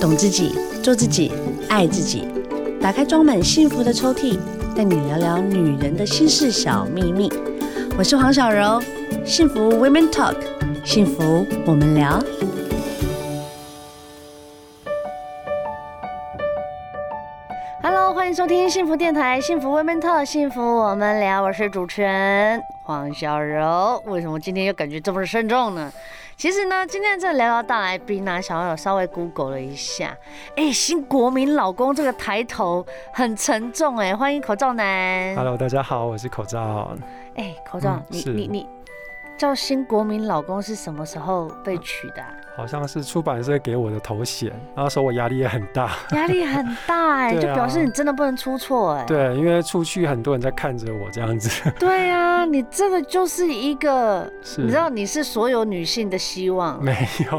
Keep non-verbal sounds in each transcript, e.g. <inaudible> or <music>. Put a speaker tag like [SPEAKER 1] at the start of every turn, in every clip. [SPEAKER 1] 懂自己，做自己，爱自己。打开装满幸福的抽屉，带你聊聊女人的心事小秘密。我是黄小柔，幸福 Women Talk，幸福我们聊。
[SPEAKER 2] Hello，欢迎收听幸福电台《幸福 Women Talk》，幸福我们聊，我是主持人黄小柔。为什么今天又感觉这么慎重呢？其实呢，今天这聊到大来宾呢、啊，小友稍微 Google 了一下，哎，新国民老公这个抬头很沉重哎，欢迎口罩男。
[SPEAKER 3] Hello，大家好，我是口罩。
[SPEAKER 2] 哎，口罩，
[SPEAKER 3] 嗯
[SPEAKER 2] 你
[SPEAKER 3] 是
[SPEAKER 2] 你你叫新国民老公是什么时候被取的啊、 <laughs>
[SPEAKER 3] 好像是出版社给我的头衔，那时候我压力也很大。
[SPEAKER 2] 压力很
[SPEAKER 3] <laughs>
[SPEAKER 2] 大哎、就
[SPEAKER 3] 对啊
[SPEAKER 2] 表示你真的不能出错哎、
[SPEAKER 3] 对，因为出去很多人在看着我这
[SPEAKER 2] <laughs>
[SPEAKER 3] 样子。
[SPEAKER 2] 对啊，你这个就是一个
[SPEAKER 3] 是，
[SPEAKER 2] 你知道你是所有女性的希望，
[SPEAKER 3] 没有？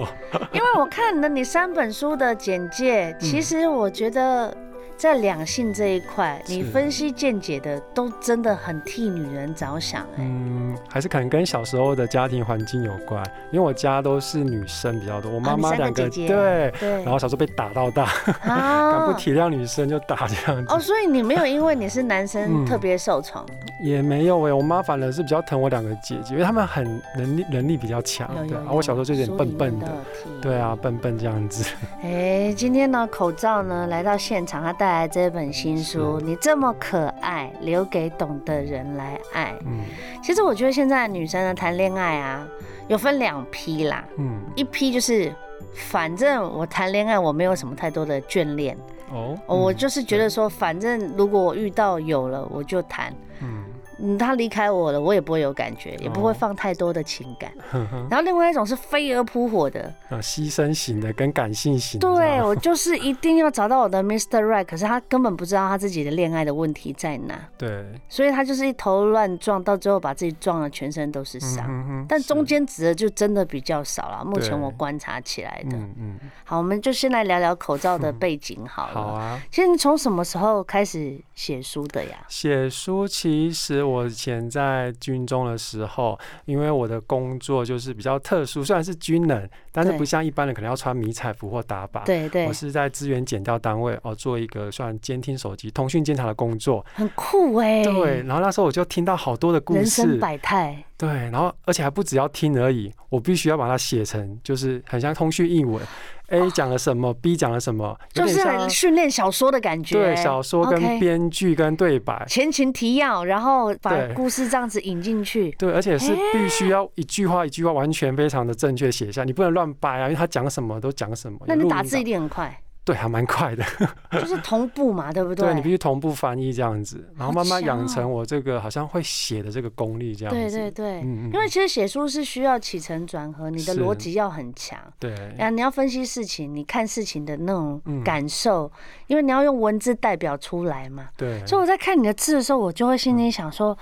[SPEAKER 2] 因为我看了你三本书的简介，
[SPEAKER 3] 嗯
[SPEAKER 2] 其实我觉得在两性这一块，
[SPEAKER 3] 是
[SPEAKER 2] 你分析见解的都真的很替女人着想哎、
[SPEAKER 3] 嗯，还是可能跟小时候的家庭环境有关，因为我家都是女生比较多，我妈
[SPEAKER 2] 你
[SPEAKER 3] 妈
[SPEAKER 2] 三个
[SPEAKER 3] 两个,、
[SPEAKER 2] 姐姐
[SPEAKER 3] 对，
[SPEAKER 2] 对
[SPEAKER 3] 然， <laughs> 后小时候被打到大，敢
[SPEAKER 2] 啊
[SPEAKER 3] 不体谅女生就打这样子。
[SPEAKER 2] 哦，所以你没有因为你是男生
[SPEAKER 3] 嗯
[SPEAKER 2] 特别受宠，
[SPEAKER 3] 也没有哎、我妈反而是比较疼我两个姐姐，因为她们很能力能力比较强，
[SPEAKER 2] 有
[SPEAKER 3] 啊对。
[SPEAKER 2] 有
[SPEAKER 3] 然
[SPEAKER 2] 有
[SPEAKER 3] 后我小时候就有点笨笨。
[SPEAKER 2] 书里
[SPEAKER 3] 的，
[SPEAKER 2] 面都有提
[SPEAKER 3] 对啊，笨笨这样子。
[SPEAKER 2] 哎，今天呢，口罩呢来到现场，他带来这本新书《你这么可爱，留给懂的人来爱》。
[SPEAKER 3] 嗯
[SPEAKER 2] 其实我觉得现在的女生呢谈恋爱啊，有分两批啦，
[SPEAKER 3] 嗯
[SPEAKER 2] 一批就是反正我谈恋爱我没有什么太多的眷恋，
[SPEAKER 3] 哦，
[SPEAKER 2] 哦我
[SPEAKER 3] 嗯
[SPEAKER 2] 就是觉得说，反正如果我遇到有了我就谈，
[SPEAKER 3] 嗯
[SPEAKER 2] 嗯，他离开我了我也不会有感觉，也不会
[SPEAKER 3] 哦嗯
[SPEAKER 2] 放太多的情感。
[SPEAKER 3] 哼哼。
[SPEAKER 2] 然后另外一种是飞蛾扑火的，
[SPEAKER 3] 啊，牺牲型的跟感性型的，这
[SPEAKER 2] 对
[SPEAKER 3] 样
[SPEAKER 2] 我就是一定要找到我的 Mr. Right，可是他根本不知道他自己的恋爱的问题在哪，
[SPEAKER 3] 对，
[SPEAKER 2] 所以他就是一头乱撞，到最后把自己撞的全身都是伤。
[SPEAKER 3] 嗯哼
[SPEAKER 2] 但中
[SPEAKER 3] 是
[SPEAKER 2] 间值的就真的比较少了，目前
[SPEAKER 3] 对
[SPEAKER 2] 我观察起来的。
[SPEAKER 3] 嗯嗯，
[SPEAKER 2] 好，我们就先来聊聊口罩的背景好了。
[SPEAKER 3] 好啊。
[SPEAKER 2] 其实你从什么时候开始写书的呀？
[SPEAKER 3] 写书其实我以前在军中的时候，因为我的工作就是比较特殊，虽然是军人，但是
[SPEAKER 2] 对
[SPEAKER 3] 不像一般人可能要穿迷彩服或打靶。
[SPEAKER 2] 对对
[SPEAKER 3] 我，是在支援检调单位哦，做一个算监听手机通讯监察的工作。
[SPEAKER 2] 很酷哎、
[SPEAKER 3] 对，，然后那时候我就听到好多的故
[SPEAKER 2] 人生
[SPEAKER 3] 事，
[SPEAKER 2] 百态。
[SPEAKER 3] 对，然后而且还不只要听而已，我必须要把它写成，就是很像通讯译文。A 讲了什么、b 讲了什么，有
[SPEAKER 2] 就
[SPEAKER 3] 点
[SPEAKER 2] 是
[SPEAKER 3] 像
[SPEAKER 2] 很训练小说的感觉，
[SPEAKER 3] 对小说跟
[SPEAKER 2] OK
[SPEAKER 3] 编剧跟对白。
[SPEAKER 2] 前情提要，然后把
[SPEAKER 3] 对
[SPEAKER 2] 故事这样子引进去。
[SPEAKER 3] 对，而且是必须要一句话一句话完全非常的正确写下，你不能乱掰啊，因为他讲什么都讲什么。
[SPEAKER 2] 那
[SPEAKER 3] 哦有
[SPEAKER 2] 你
[SPEAKER 3] 录
[SPEAKER 2] 打
[SPEAKER 3] 音
[SPEAKER 2] 字一
[SPEAKER 3] 档
[SPEAKER 2] 定很快，
[SPEAKER 3] 对还蛮快的，
[SPEAKER 2] 就是同步嘛，对不
[SPEAKER 3] 对你必须同步翻译这样子，然后慢慢
[SPEAKER 2] 好强
[SPEAKER 3] 养
[SPEAKER 2] 哦
[SPEAKER 3] 成我这个好像会写的这个功力这样
[SPEAKER 2] 对
[SPEAKER 3] 子。
[SPEAKER 2] 对对，
[SPEAKER 3] 嗯嗯
[SPEAKER 2] 因为其实写书是需要起承转合，你的
[SPEAKER 3] 是
[SPEAKER 2] 逻辑要很强。
[SPEAKER 3] 对
[SPEAKER 2] 啊，你要分析事情，你看事情的那种
[SPEAKER 3] 嗯
[SPEAKER 2] 感受，因为你要用文字代表出来嘛。
[SPEAKER 3] 对，嗯
[SPEAKER 2] 所以我在看你的字的时候，我就会心里想说，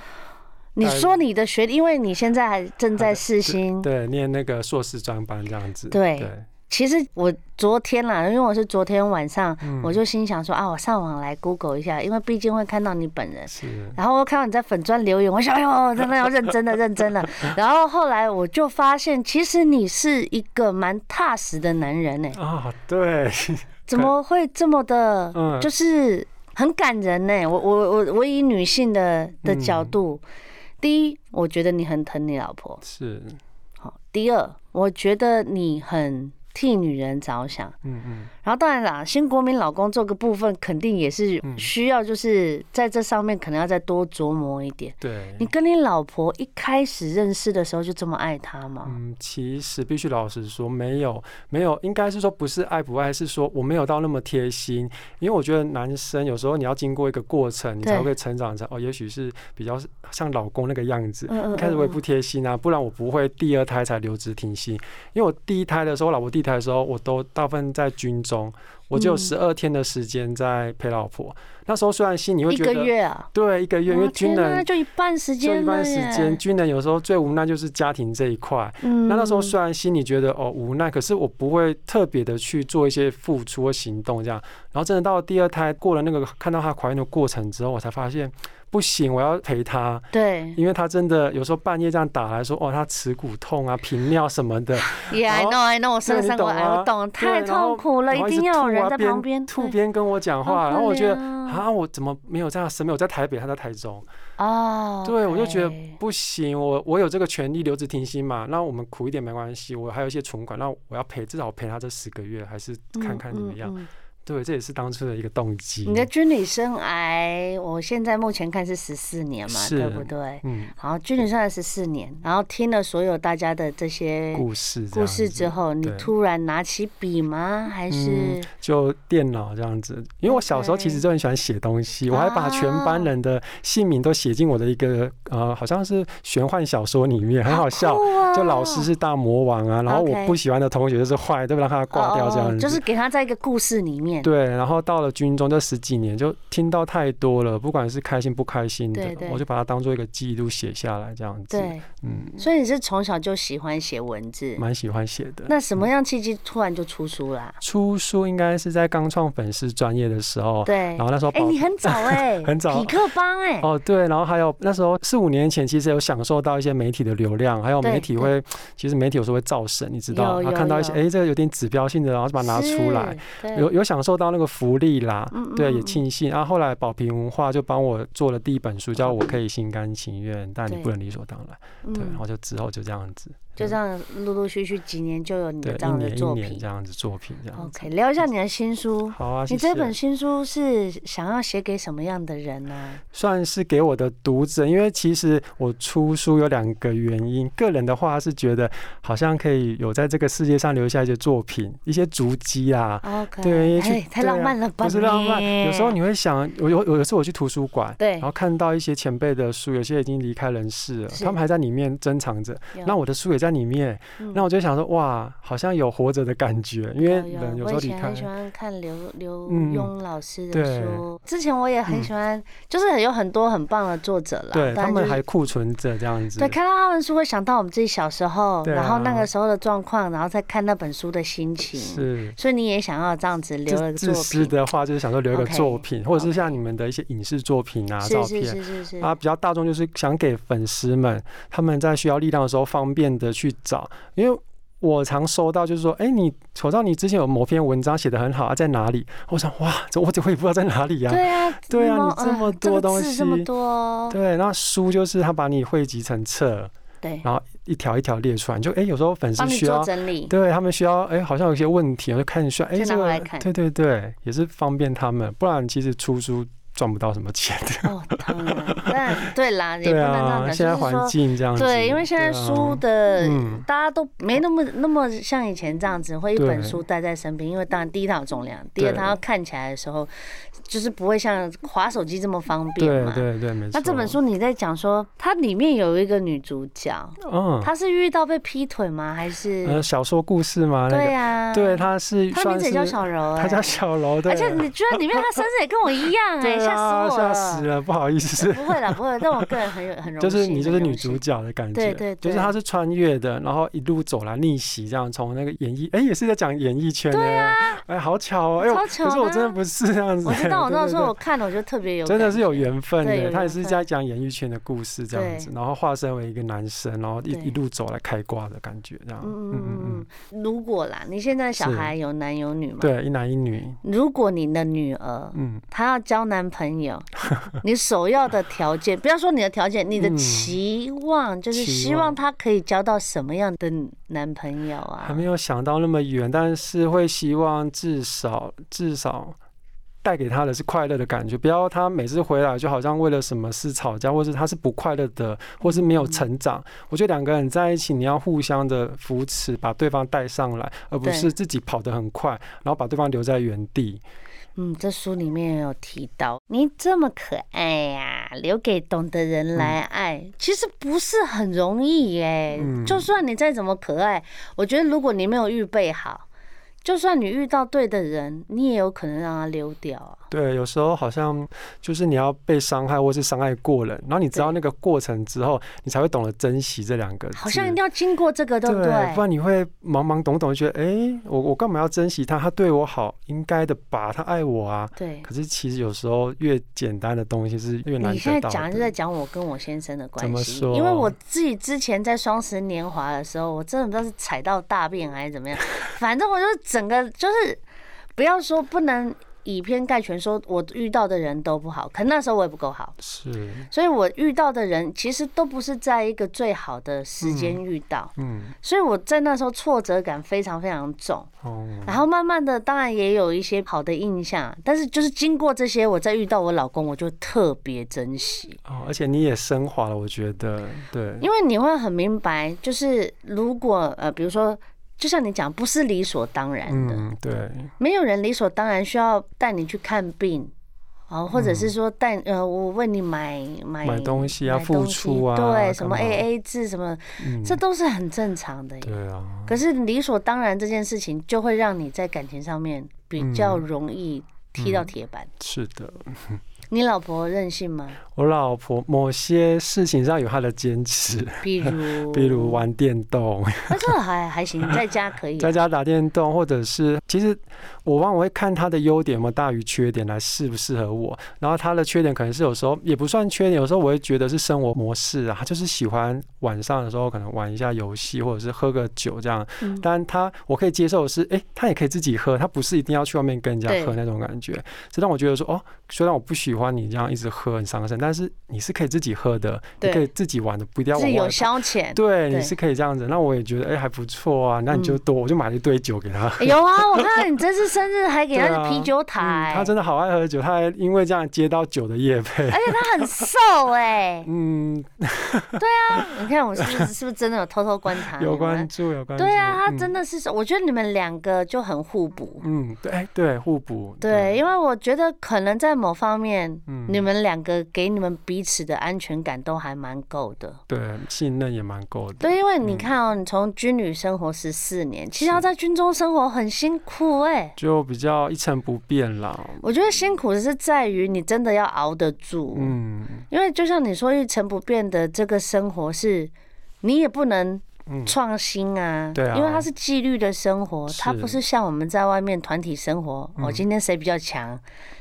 [SPEAKER 2] 你说你的学历，因为你现在还正在试新。
[SPEAKER 3] 对念那个硕士专班这样子。
[SPEAKER 2] 对
[SPEAKER 3] 对，
[SPEAKER 2] 其实我昨天啦，因为我是昨天晚上，
[SPEAKER 3] 嗯
[SPEAKER 2] 我就心想说啊，我上网来 Google 一下，因为毕竟会看到你本人。
[SPEAKER 3] 是
[SPEAKER 2] 然后我看到你在粉砖留言，我想哎呦，真的要认真的，认真的。然后后来我就发现，其实你是一个蛮踏实的男人呢、
[SPEAKER 3] 啊，对，
[SPEAKER 2] 怎么会这么的，
[SPEAKER 3] 嗯
[SPEAKER 2] 就是很感人呢、我我我我以女性的的角度，第一，我觉得你很疼你老婆；
[SPEAKER 3] 是，
[SPEAKER 2] 好，第二，我觉得你很替女人着想。
[SPEAKER 3] 嗯嗯。
[SPEAKER 2] 然后当然啦，新国民老公这个部分肯定也是需要，就是在这上面可能要再多琢磨一点。
[SPEAKER 3] 对
[SPEAKER 2] 你，跟你老婆一开始认识的时候就这么爱她吗？
[SPEAKER 3] 嗯，其实必须老实说，没有，没有，应该是说不是爱不爱，是说我没有到那么贴心，因为我觉得男生有时候你要经过一个过程，你才
[SPEAKER 2] 对
[SPEAKER 3] 会成长成哦，也许是比较像老公那个样子。
[SPEAKER 2] 嗯
[SPEAKER 3] 一开始我也不贴心啊，不然我不会第二胎才留职停薪。因为我第一胎的时候，我老婆第一胎的时候，我都大部分在军中，我只有
[SPEAKER 2] 嗯
[SPEAKER 3] 十二天的时间在陪老婆。那时候虽然心里会
[SPEAKER 2] 一
[SPEAKER 3] 觉
[SPEAKER 2] 个
[SPEAKER 3] 得
[SPEAKER 2] 月啊，
[SPEAKER 3] 对一个月，因为
[SPEAKER 2] 哇
[SPEAKER 3] 军
[SPEAKER 2] 天哪
[SPEAKER 3] 人
[SPEAKER 2] 就一半时
[SPEAKER 3] 就
[SPEAKER 2] 间
[SPEAKER 3] 一
[SPEAKER 2] 了
[SPEAKER 3] 般时
[SPEAKER 2] 耶
[SPEAKER 3] 间，，军人有时候最无奈就是家庭这一块。
[SPEAKER 2] 嗯
[SPEAKER 3] 那那时候虽然心里觉得哦无奈，可是我不会特别的去做一些付出或行动这样。然后真的到了第二胎过了那个看到她怀孕的过程之后，我才发现不行，我要陪他，
[SPEAKER 2] 对
[SPEAKER 3] 因为他真的有时候半夜这样打来说，哦，他耻骨痛啊、频尿什么的，
[SPEAKER 2] ，Yeah I
[SPEAKER 3] 然后
[SPEAKER 2] know I know，我身上过来，
[SPEAKER 3] 对你懂啊
[SPEAKER 2] 我懂，
[SPEAKER 3] 对
[SPEAKER 2] 太
[SPEAKER 3] 然后
[SPEAKER 2] 痛苦了，
[SPEAKER 3] 然
[SPEAKER 2] 一
[SPEAKER 3] 后
[SPEAKER 2] 定
[SPEAKER 3] 直
[SPEAKER 2] 要有
[SPEAKER 3] 吐
[SPEAKER 2] 人
[SPEAKER 3] 啊
[SPEAKER 2] 在旁边
[SPEAKER 3] 吐
[SPEAKER 2] 对
[SPEAKER 3] 边跟我讲
[SPEAKER 2] 好
[SPEAKER 3] 话，
[SPEAKER 2] 可
[SPEAKER 3] 然后我觉得
[SPEAKER 2] 怜哦
[SPEAKER 3] 啊，我怎么没有这样生病？我在台北，他在台中，
[SPEAKER 2] 哦，
[SPEAKER 3] 对我就觉得
[SPEAKER 2] OK
[SPEAKER 3] 不行，我我有这个权利留职停薪嘛，那我们苦一点没关系，我还有一些存款，那我要赔，至少我赔他这十个月，还是看看怎么样。。
[SPEAKER 2] 嗯嗯嗯
[SPEAKER 3] 对，这也是当初的一个动机。
[SPEAKER 2] 你的军旅生涯，我现在目前看是十四年嘛，
[SPEAKER 3] 是
[SPEAKER 2] 对不对？
[SPEAKER 3] 嗯
[SPEAKER 2] 好，军旅生涯十四年，然后听了所有大家的这些
[SPEAKER 3] 故事这
[SPEAKER 2] 故
[SPEAKER 3] 样
[SPEAKER 2] 事
[SPEAKER 3] 子
[SPEAKER 2] 之后，你
[SPEAKER 3] 对
[SPEAKER 2] 突然拿起笔吗？还是
[SPEAKER 3] 嗯就电脑这样子，因为我小时候其实就很喜欢写东西，
[SPEAKER 2] OK
[SPEAKER 3] 我还把全
[SPEAKER 2] 啊
[SPEAKER 3] 班人的姓名都写进我的一个呃，好像是玄幻小说里面，很好笑。
[SPEAKER 2] 酷啊
[SPEAKER 3] 就老师是大魔王啊，然后
[SPEAKER 2] OK
[SPEAKER 3] 我不喜欢的同学就是坏，都不让他挂掉这
[SPEAKER 2] 哦哦
[SPEAKER 3] 样
[SPEAKER 2] 哦
[SPEAKER 3] 子。
[SPEAKER 2] 就是给他在一个故事里面。
[SPEAKER 3] 对，然后到了军中这十几年，就听到太多了，不管是开心不开心的，
[SPEAKER 2] 对对
[SPEAKER 3] 我就把它当做一个记录写下来，这样子。
[SPEAKER 2] 对，
[SPEAKER 3] 嗯，
[SPEAKER 2] 所以你是从小就喜欢写文字，
[SPEAKER 3] 蛮嗯喜欢写的。
[SPEAKER 2] 那什么样契机突然就出书啦、
[SPEAKER 3] 出书应该是在刚创粉丝专业的时候，
[SPEAKER 2] 对
[SPEAKER 3] 哦然，后那时候
[SPEAKER 2] 哎、
[SPEAKER 3] 宝
[SPEAKER 2] 你很早哎、
[SPEAKER 3] <laughs> 很早
[SPEAKER 2] 匹克帮哎、
[SPEAKER 3] 哦，对，然后还有那时候四五年前，其实有享受到一些媒体的流量，还有
[SPEAKER 2] 对
[SPEAKER 3] 媒体会，其实媒体有时候会造神，你知道，
[SPEAKER 2] 有
[SPEAKER 3] 然后
[SPEAKER 2] 有
[SPEAKER 3] 看到一些
[SPEAKER 2] 有
[SPEAKER 3] 哎，这个有点指标性的，然后就把它拿出来，
[SPEAKER 2] 是，对
[SPEAKER 3] 有有享受到那个福利啦
[SPEAKER 2] 嗯嗯，
[SPEAKER 3] 对，啊也
[SPEAKER 2] 嗯
[SPEAKER 3] 庆幸。然后后来宝瓶文化就帮我做了第一本书，叫《我可以心甘情愿，但你
[SPEAKER 2] 对
[SPEAKER 3] 不能理所当然》，对，然
[SPEAKER 2] 嗯
[SPEAKER 3] 后就之后就这样子，
[SPEAKER 2] 就这样陆陆续续几年就有你
[SPEAKER 3] 对，
[SPEAKER 2] 的这
[SPEAKER 3] 一
[SPEAKER 2] 样的
[SPEAKER 3] 年一
[SPEAKER 2] 作
[SPEAKER 3] 年
[SPEAKER 2] 品
[SPEAKER 3] 这。样子作品这样子。
[SPEAKER 2] OK，聊一下你的新书。
[SPEAKER 3] 好啊，谢
[SPEAKER 2] 你这本
[SPEAKER 3] 谢。
[SPEAKER 2] 新书是想要写给什么样的人呢、
[SPEAKER 3] 算是给我的读者，因为其实我出书有两个原因，个人的话是觉得好像可以有在这个世界上留下一些作品、一些足迹啊。
[SPEAKER 2] OK，
[SPEAKER 3] 对因为去
[SPEAKER 2] 哎，太
[SPEAKER 3] 对啊
[SPEAKER 2] 浪漫了吧？
[SPEAKER 3] 不是浪漫，有时候你会想，我有有有一次我去图书馆，
[SPEAKER 2] 对
[SPEAKER 3] 然后看到一些前辈的书，有些已经离开人世了，
[SPEAKER 2] 是
[SPEAKER 3] 他们还在里面珍藏着。
[SPEAKER 2] 有
[SPEAKER 3] 那我的书也在里面，
[SPEAKER 2] 嗯
[SPEAKER 3] 那我就想说，哇，好像有活着的感觉，因为人有时候
[SPEAKER 2] 我以
[SPEAKER 3] 离
[SPEAKER 2] 前
[SPEAKER 3] 开
[SPEAKER 2] 很，喜欢看刘刘
[SPEAKER 3] 嗯
[SPEAKER 2] 墉老师的
[SPEAKER 3] 对
[SPEAKER 2] 书，之前我也很
[SPEAKER 3] 嗯
[SPEAKER 2] 喜欢，就是有很多很棒的作者啦，
[SPEAKER 3] 对
[SPEAKER 2] 当
[SPEAKER 3] 他
[SPEAKER 2] 然
[SPEAKER 3] 们
[SPEAKER 2] 就是
[SPEAKER 3] 还库存着这样子
[SPEAKER 2] 对，。看到他们书会想到我们自己小时候，
[SPEAKER 3] 对啊
[SPEAKER 2] 然后那个时候的状况，然后再看那本书的心情。
[SPEAKER 3] 是，
[SPEAKER 2] 所以你也想要这样子留了
[SPEAKER 3] 自
[SPEAKER 2] 个
[SPEAKER 3] 自
[SPEAKER 2] 作
[SPEAKER 3] 私
[SPEAKER 2] 品，
[SPEAKER 3] 的话，就是想说留一个
[SPEAKER 2] OK，
[SPEAKER 3] 作品，或者是
[SPEAKER 2] OK
[SPEAKER 3] 像你们的一些影视作品啊、照
[SPEAKER 2] 是是是
[SPEAKER 3] 片
[SPEAKER 2] 是是，
[SPEAKER 3] 啊，比较大众，就是想给粉丝们他们在需要力量的时候方便的去找，因为。我常收到就是说，哎、你瞅到你之前有某篇文章写的很好啊，在哪里？我想哇，这我怎么也不知道在哪里呀、
[SPEAKER 2] 对啊，
[SPEAKER 3] 对啊
[SPEAKER 2] 猫
[SPEAKER 3] 你这么
[SPEAKER 2] 呃这
[SPEAKER 3] 多
[SPEAKER 2] 个
[SPEAKER 3] 东
[SPEAKER 2] 字这么
[SPEAKER 3] 西
[SPEAKER 2] 多，
[SPEAKER 3] 对，那书就是他把你汇集成册，
[SPEAKER 2] 对，
[SPEAKER 3] 然后一条一条列出来，你就哎、诶有时候粉丝
[SPEAKER 2] 帮你
[SPEAKER 3] 需
[SPEAKER 2] 做
[SPEAKER 3] 要，
[SPEAKER 2] 整理，
[SPEAKER 3] 对他们需要，哎、好像有一些问题，我就看一下，哎、
[SPEAKER 2] 就拿
[SPEAKER 3] 这
[SPEAKER 2] 回
[SPEAKER 3] 个
[SPEAKER 2] 来看
[SPEAKER 3] 对对对，也是方便他们，不然其实出书赚不到什么钱的。
[SPEAKER 2] <laughs> 哦，当然，但对啦，也不
[SPEAKER 3] 对
[SPEAKER 2] 能这样
[SPEAKER 3] 啊，
[SPEAKER 2] 讲，
[SPEAKER 3] 现在
[SPEAKER 2] 就是
[SPEAKER 3] 环
[SPEAKER 2] 说。
[SPEAKER 3] 境这样子，啊
[SPEAKER 2] 对，因为现在书的、
[SPEAKER 3] 嗯
[SPEAKER 2] 大家都没那么那么像以前这样子，会一本
[SPEAKER 3] 对
[SPEAKER 2] 书带在身边。因为当然第一它有重量，第二
[SPEAKER 3] 对
[SPEAKER 2] 它要看起来的时候，就是不会像划手机这么方便
[SPEAKER 3] 对
[SPEAKER 2] 嘛。
[SPEAKER 3] 对对，没错。
[SPEAKER 2] 那这本，书你在讲说，它里面有一个女主角，
[SPEAKER 3] 嗯，
[SPEAKER 2] 她是遇到被劈腿吗？还是？
[SPEAKER 3] 呃，小说故事嘛，那
[SPEAKER 2] 对
[SPEAKER 3] 个，
[SPEAKER 2] 呀、
[SPEAKER 3] 对，他是
[SPEAKER 2] 她的名
[SPEAKER 3] 算
[SPEAKER 2] 字
[SPEAKER 3] 是
[SPEAKER 2] 也叫小柔、哎
[SPEAKER 3] 他叫小柔，对，啊
[SPEAKER 2] 而且你居然里面她身世也跟我一样、哎，
[SPEAKER 3] <laughs> 对
[SPEAKER 2] 吓、
[SPEAKER 3] 啊，
[SPEAKER 2] 死我
[SPEAKER 3] 吓
[SPEAKER 2] 了！
[SPEAKER 3] 死了，不好意思。
[SPEAKER 2] 不会啦，不会，但我个人很有很荣幸，
[SPEAKER 3] 就是你就是
[SPEAKER 2] 很荣
[SPEAKER 3] 女主
[SPEAKER 2] 幸，
[SPEAKER 3] 角的感觉，
[SPEAKER 2] 对对
[SPEAKER 3] 就是
[SPEAKER 2] 对
[SPEAKER 3] 她是穿越的，然后一路走来逆袭，这样从那个演艺，哎、也是在讲演艺圈的、对啊，哎，好巧哦、哎呦，
[SPEAKER 2] 超巧
[SPEAKER 3] 可是我
[SPEAKER 2] 的
[SPEAKER 3] 真的
[SPEAKER 2] 啊
[SPEAKER 3] 不是这样子、
[SPEAKER 2] 我知道，我
[SPEAKER 3] 对
[SPEAKER 2] 那
[SPEAKER 3] 对
[SPEAKER 2] 时候
[SPEAKER 3] 对
[SPEAKER 2] 我看了我就特别有感
[SPEAKER 3] 真
[SPEAKER 2] 觉，
[SPEAKER 3] 的是有缘分
[SPEAKER 2] 对有
[SPEAKER 3] 的，他也
[SPEAKER 2] 缘
[SPEAKER 3] 是
[SPEAKER 2] 分
[SPEAKER 3] 在讲演艺圈的故事这样子，然后化身为一个男生，然后一
[SPEAKER 2] 对
[SPEAKER 3] 一路走来开挂的感觉，这样，嗯嗯
[SPEAKER 2] 嗯
[SPEAKER 3] 嗯
[SPEAKER 2] 嗯，嗯，如果啦，你现在小
[SPEAKER 3] 是
[SPEAKER 2] 孩有男有女嘛？。
[SPEAKER 3] 对，一男一女，
[SPEAKER 2] 如果你的女儿
[SPEAKER 3] 嗯，
[SPEAKER 2] 她要交男朋
[SPEAKER 3] <laughs>
[SPEAKER 2] 友，你首要的条件，不要说你的条件，你的
[SPEAKER 3] 嗯
[SPEAKER 2] 期望就是
[SPEAKER 3] 期
[SPEAKER 2] 希望
[SPEAKER 3] 望
[SPEAKER 2] 她可以交到什么样的男朋友啊
[SPEAKER 3] 还？没有想到那么远，但是会希望至少至少带给他的是快乐的感觉，不要他每次回来就好像为了什么事吵架，或是他是不快乐的，或是没
[SPEAKER 2] 嗯
[SPEAKER 3] 有成长。我觉得两个人在一起，你要互相的扶持，把对方带上来，而不
[SPEAKER 2] 对
[SPEAKER 3] 是自己跑得很快，然后把对方留在原地。
[SPEAKER 2] 嗯，这书里面也有提到，你这么可爱呀、留给懂的人来爱，其实不是很容易耶、
[SPEAKER 3] 嗯
[SPEAKER 2] 就算你再怎么可爱，我觉得如果你没有预备好，就算你遇到对的人，你也有可能让他溜掉啊。
[SPEAKER 3] 对，有时候好像就是你要被伤害，或是伤害过人，然后你知道那个过程之后，你才会懂得珍惜这两个字。
[SPEAKER 2] 好像一定要经过这个，对不对？
[SPEAKER 3] 不然你会懵懵懂懂，觉得哎、诶我我干嘛要珍惜他？他对我好，应该的吧？他爱我啊。
[SPEAKER 2] 对。
[SPEAKER 3] 可是其实有时候越简单的东西是越难
[SPEAKER 2] 你现
[SPEAKER 3] 得
[SPEAKER 2] 在
[SPEAKER 3] 到
[SPEAKER 2] 讲
[SPEAKER 3] 的。
[SPEAKER 2] 是在讲我跟我先生的
[SPEAKER 3] 怎
[SPEAKER 2] 关
[SPEAKER 3] 么
[SPEAKER 2] 系，
[SPEAKER 3] 说
[SPEAKER 2] 因为我自己之前在双十年华的时候，我真的不知道是踩到大便还是怎么样，反正我就是整个就是不要说不能以偏概全，说我遇到的人都不好，可那时候我也不够好，
[SPEAKER 3] 是，
[SPEAKER 2] 所以我遇到的人其实都不是在一个最好的时间遇到，
[SPEAKER 3] 嗯，
[SPEAKER 2] 所以我在那时候挫折感非常非常重。
[SPEAKER 3] 哦，
[SPEAKER 2] 然后慢慢的，当然也有一些好的印象，但是就是经过这些，我再遇到我老公，我就特别珍惜。
[SPEAKER 3] 哦，而且你也升华了，我觉得，对，
[SPEAKER 2] 因为你会很明白，就是如果呃，比如说，就像你讲，不是理所当然的，
[SPEAKER 3] 嗯，对，
[SPEAKER 2] 没有人理所当然需要带你去看病。啊，或者是说带呃，我为你买买
[SPEAKER 3] 嗯买东西啊
[SPEAKER 2] 买东
[SPEAKER 3] 付出啊
[SPEAKER 2] 对，什么
[SPEAKER 3] 干嘛
[SPEAKER 2] A A 制什么，
[SPEAKER 3] 嗯，
[SPEAKER 2] 这都是很正常的耶。
[SPEAKER 3] 对啊，
[SPEAKER 2] 可是理所当然这件事情，就会让你在感情上面比较容易踢到铁板。
[SPEAKER 3] 是的。
[SPEAKER 2] 你老婆任性
[SPEAKER 3] <laughs>
[SPEAKER 2] 吗？
[SPEAKER 3] 我老婆某些事情上有她的坚持，
[SPEAKER 2] 比如，
[SPEAKER 3] 比如，玩电动，
[SPEAKER 2] 那这还还行，在家可以啊、
[SPEAKER 3] 在家打电动，或者是其实我往往会看她的优点有没有大于缺点来适不适合我。然后她的缺点可能是有时候也不算缺点，有时候我会觉得是生活模式啊，她就是喜欢晚上的时候可能玩一下游戏，或者是喝个酒这样。
[SPEAKER 2] 嗯
[SPEAKER 3] 但她我可以接受的是，诶，她也可以自己喝，她不是一定要去外面跟人家
[SPEAKER 2] 对
[SPEAKER 3] 喝那种感觉。这让我觉得说，哦，虽然我不喜欢你这样一直喝很伤身，但是你是可以自己喝的，你
[SPEAKER 2] 对
[SPEAKER 3] 可以自己玩 <laughs> 的，不一定要
[SPEAKER 2] 自
[SPEAKER 3] 往外
[SPEAKER 2] 由
[SPEAKER 3] 跑
[SPEAKER 2] 消遣。
[SPEAKER 3] 对，
[SPEAKER 2] 对嗯
[SPEAKER 3] 你是可以这样子。那我也觉得，哎、还不错啊。那你就多，我就买了一堆酒给他。 <laughs> 嗯
[SPEAKER 2] 哎有啊，我看到你这次生日还给他
[SPEAKER 3] 对啊
[SPEAKER 2] 是啤酒塔、
[SPEAKER 3] 嗯
[SPEAKER 2] 哎
[SPEAKER 3] 他真的好爱喝酒，他还因为这样接到酒的业配。
[SPEAKER 2] 而且哎他很瘦哎、
[SPEAKER 3] 嗯，
[SPEAKER 2] 你看我是不是是不是真的有偷偷观啊察你们？
[SPEAKER 3] 有关注，有关注。嗯
[SPEAKER 2] 对啊，他真
[SPEAKER 3] 的，
[SPEAKER 2] 的是瘦，我觉得你们两个就很互补。
[SPEAKER 3] 嗯，对，哎对，互补。
[SPEAKER 2] 对，，因为我觉得可能在某方面，
[SPEAKER 3] 嗯
[SPEAKER 2] 你们两个给你们彼此的安全感都还蛮够的。
[SPEAKER 3] 对，信任也蛮够的。
[SPEAKER 2] 对，因为你
[SPEAKER 3] 嗯
[SPEAKER 2] 看哦，你从军旅生活十四年，其实要在军中生活很辛苦哎、
[SPEAKER 3] 就比较一成不变啦。
[SPEAKER 2] 我觉得辛苦的是在于你真的要熬得住，
[SPEAKER 3] 嗯
[SPEAKER 2] 因为就像你说一成不变的这个生活是，你也不能
[SPEAKER 3] 嗯，
[SPEAKER 2] 创新啊，
[SPEAKER 3] 对啊
[SPEAKER 2] 因为它是纪律的生活，它
[SPEAKER 3] 是嗯
[SPEAKER 2] 不是像我们在外面团体生活，哦，今天谁比较强，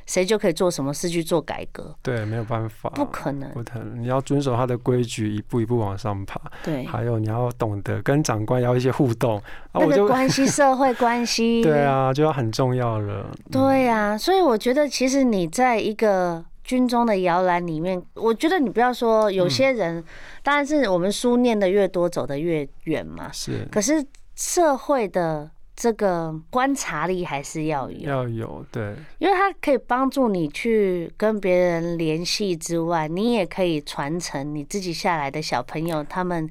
[SPEAKER 2] 谁就可以做什么事去做改革，
[SPEAKER 3] 对，没有办法，
[SPEAKER 2] 不可能，
[SPEAKER 3] 不可能。你要遵守他的规矩，一步一步往上爬。
[SPEAKER 2] 对，
[SPEAKER 3] 还有，你要懂得跟长官要一些互动啊。
[SPEAKER 2] 那
[SPEAKER 3] 我
[SPEAKER 2] 个
[SPEAKER 3] 就
[SPEAKER 2] 关
[SPEAKER 3] <laughs>
[SPEAKER 2] 系社会关系，
[SPEAKER 3] 对啊，就要很重要了。
[SPEAKER 2] 对呀、所以我觉得其实你在一个军中的摇篮里面，我觉得你不要说
[SPEAKER 3] 嗯
[SPEAKER 2] 有些人，当然是我们书念的越多，走的越远嘛。
[SPEAKER 3] 是
[SPEAKER 2] 可是社会的这个观察力还是要有，
[SPEAKER 3] 要有对，
[SPEAKER 2] 因为它可以帮助你去跟别人联系之外，你也可以传承你自己下来的小朋友他们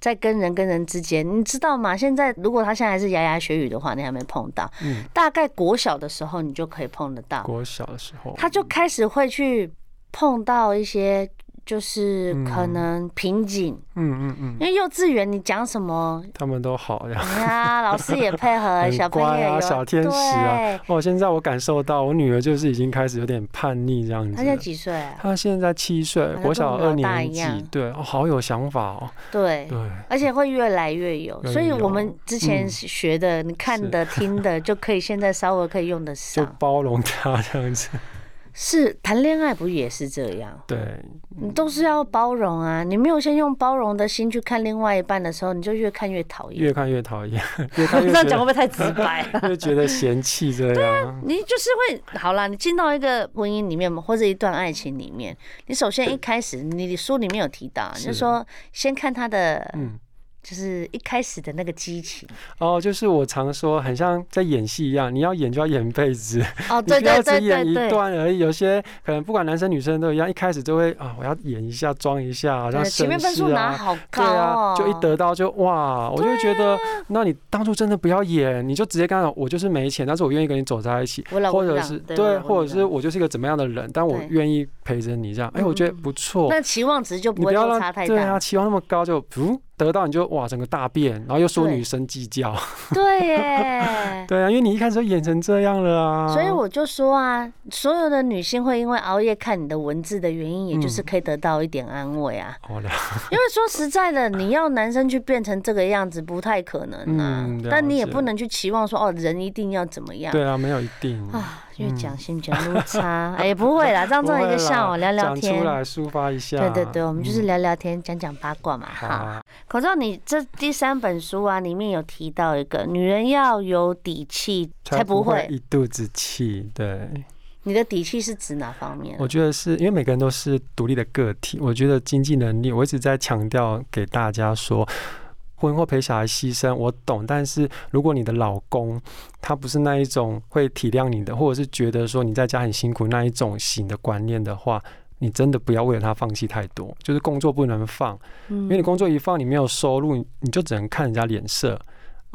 [SPEAKER 2] 在跟人跟人之间，你知道吗？现在如果他现在还是牙牙学语的话，你还没碰到，
[SPEAKER 3] 嗯，
[SPEAKER 2] 大概国小的时候你就可以碰得到，
[SPEAKER 3] 国小的时候，
[SPEAKER 2] 他就开始会去碰到一些就是
[SPEAKER 3] 嗯
[SPEAKER 2] 可能瓶颈，
[SPEAKER 3] 嗯嗯嗯，
[SPEAKER 2] 因为幼稚园你讲什么
[SPEAKER 3] 他们都好 <laughs> 呀。
[SPEAKER 2] 啊，老师也配合，
[SPEAKER 3] 很
[SPEAKER 2] 小朋友
[SPEAKER 3] 乖
[SPEAKER 2] 也
[SPEAKER 3] 啊
[SPEAKER 2] 有
[SPEAKER 3] 小天使啊
[SPEAKER 2] 对，
[SPEAKER 3] 哦，现在我感受到我女儿就是已经开始有点叛逆这样
[SPEAKER 2] 他
[SPEAKER 3] 子
[SPEAKER 2] 现在
[SPEAKER 3] 了。
[SPEAKER 2] 几岁啊？
[SPEAKER 3] 她现在七岁
[SPEAKER 2] 好，像
[SPEAKER 3] 国小
[SPEAKER 2] 跟我
[SPEAKER 3] 二
[SPEAKER 2] 们老大
[SPEAKER 3] 年
[SPEAKER 2] 一
[SPEAKER 3] 级
[SPEAKER 2] 样，
[SPEAKER 3] 对，哦，好有想法哦，
[SPEAKER 2] 对。
[SPEAKER 3] 对，
[SPEAKER 2] 而且会越来越有，
[SPEAKER 3] 越来越有
[SPEAKER 2] 所以我们之前
[SPEAKER 3] 嗯
[SPEAKER 2] 学的、你看的、听的，就可以现在稍微可以用得
[SPEAKER 3] 就
[SPEAKER 2] 上。
[SPEAKER 3] 包容她这
[SPEAKER 2] <laughs>
[SPEAKER 3] 样子，
[SPEAKER 2] 是谈恋爱不也是这样？
[SPEAKER 3] 对，
[SPEAKER 2] 你都是要包容啊！你没有先用包容的心去看另外一半的时候，你就越看越讨厌。
[SPEAKER 3] 越看越
[SPEAKER 2] <laughs>
[SPEAKER 3] 讨厌，越看
[SPEAKER 2] 这
[SPEAKER 3] 越
[SPEAKER 2] 样
[SPEAKER 3] 觉
[SPEAKER 2] 讲会啊不
[SPEAKER 3] 得
[SPEAKER 2] 会太直白？
[SPEAKER 3] <laughs> 越觉得嫌弃这样，
[SPEAKER 2] 你就是会好啦，你进到一个婚姻里面嘛，或者一段爱情里面，你首先一开始，你你书里面有提到，你就是说先看他的，
[SPEAKER 3] 嗯。
[SPEAKER 2] 就是一开始的那个激情。
[SPEAKER 3] 哦，就是我常说，很像在演戏一样，你要演就要演一辈子，
[SPEAKER 2] 哦，
[SPEAKER 3] 嗯你
[SPEAKER 2] 对
[SPEAKER 3] 不要
[SPEAKER 2] 对
[SPEAKER 3] 只
[SPEAKER 2] 对
[SPEAKER 3] 演一
[SPEAKER 2] 对对。
[SPEAKER 3] 段而已。有些可能不管男生女生都一样，一开始就会啊，我要演一下，装一下，好像
[SPEAKER 2] 呃前面分数
[SPEAKER 3] 绅士
[SPEAKER 2] 拿
[SPEAKER 3] 啊。
[SPEAKER 2] 好啊高
[SPEAKER 3] 对
[SPEAKER 2] 哦
[SPEAKER 3] 啊，，就一得到就哇，我就觉得，那你当初真的不要演，你就直接跟他讲，我就是没钱，但是我愿意跟你走在一起，
[SPEAKER 2] 我老公
[SPEAKER 3] 或者
[SPEAKER 2] 让
[SPEAKER 3] 是
[SPEAKER 2] 对
[SPEAKER 3] 对，
[SPEAKER 2] 我老公
[SPEAKER 3] 或者是
[SPEAKER 2] 让
[SPEAKER 3] 我就是一个怎么样的人，但我
[SPEAKER 2] 对嗯
[SPEAKER 3] 愿意陪着你这样，哎，我觉得不错，
[SPEAKER 2] 那期望值就不
[SPEAKER 3] 你
[SPEAKER 2] 会
[SPEAKER 3] 要
[SPEAKER 2] 落
[SPEAKER 3] 让
[SPEAKER 2] 差太
[SPEAKER 3] 对啊
[SPEAKER 2] 大
[SPEAKER 3] 啊，。期望那么高就噗噔得到你就哇整个大变，然后又说
[SPEAKER 2] 对
[SPEAKER 3] 女生计较，。
[SPEAKER 2] 对耶
[SPEAKER 3] <laughs> 对啊，因为你一开始就演成这样了啊，
[SPEAKER 2] 所以我就说啊，所有的女性会因为熬夜看你的文字的原因，也
[SPEAKER 3] 嗯
[SPEAKER 2] 就是可以得到一点安慰啊。
[SPEAKER 3] 好了，
[SPEAKER 2] 因为说实在的，你要男生去变成这个样子不太可能啊。
[SPEAKER 3] 嗯了
[SPEAKER 2] 但你也
[SPEAKER 3] 解
[SPEAKER 2] 不能去期望说哦，人一定要怎么样。
[SPEAKER 3] 对啊，没有一定，
[SPEAKER 2] 啊，越讲心情越差。哎，不会
[SPEAKER 3] <laughs>
[SPEAKER 2] 啦，当
[SPEAKER 3] 不
[SPEAKER 2] 做一
[SPEAKER 3] 会
[SPEAKER 2] 个
[SPEAKER 3] 啦
[SPEAKER 2] 上午聊聊
[SPEAKER 3] 讲
[SPEAKER 2] 天
[SPEAKER 3] 出。来抒发一下，
[SPEAKER 2] 对对对，我们就是
[SPEAKER 3] 嗯
[SPEAKER 2] 聊聊天，讲讲八卦嘛。
[SPEAKER 3] 好
[SPEAKER 2] 哈，
[SPEAKER 3] 啊，
[SPEAKER 2] 口罩，你这第三本书啊，里面有提到一个，女人要有底气，才不
[SPEAKER 3] 不
[SPEAKER 2] 会。嗯
[SPEAKER 3] 一肚子气，对。
[SPEAKER 2] 你的底气是指哪方面啊？
[SPEAKER 3] 我觉得是因为每个人都是独立的个体。我觉得经济能力，我一直在强调给大家说，婚后陪小孩牺牲，我懂。但是如果你的老公他不是那一种会体谅你的，或者是觉得说你在家很辛苦那一种型的观念的话，你真的不要为了他放弃太多。就是工作不能放，因
[SPEAKER 2] 因
[SPEAKER 3] 为你工作一放，你没有收入，你你就只能看人家脸色。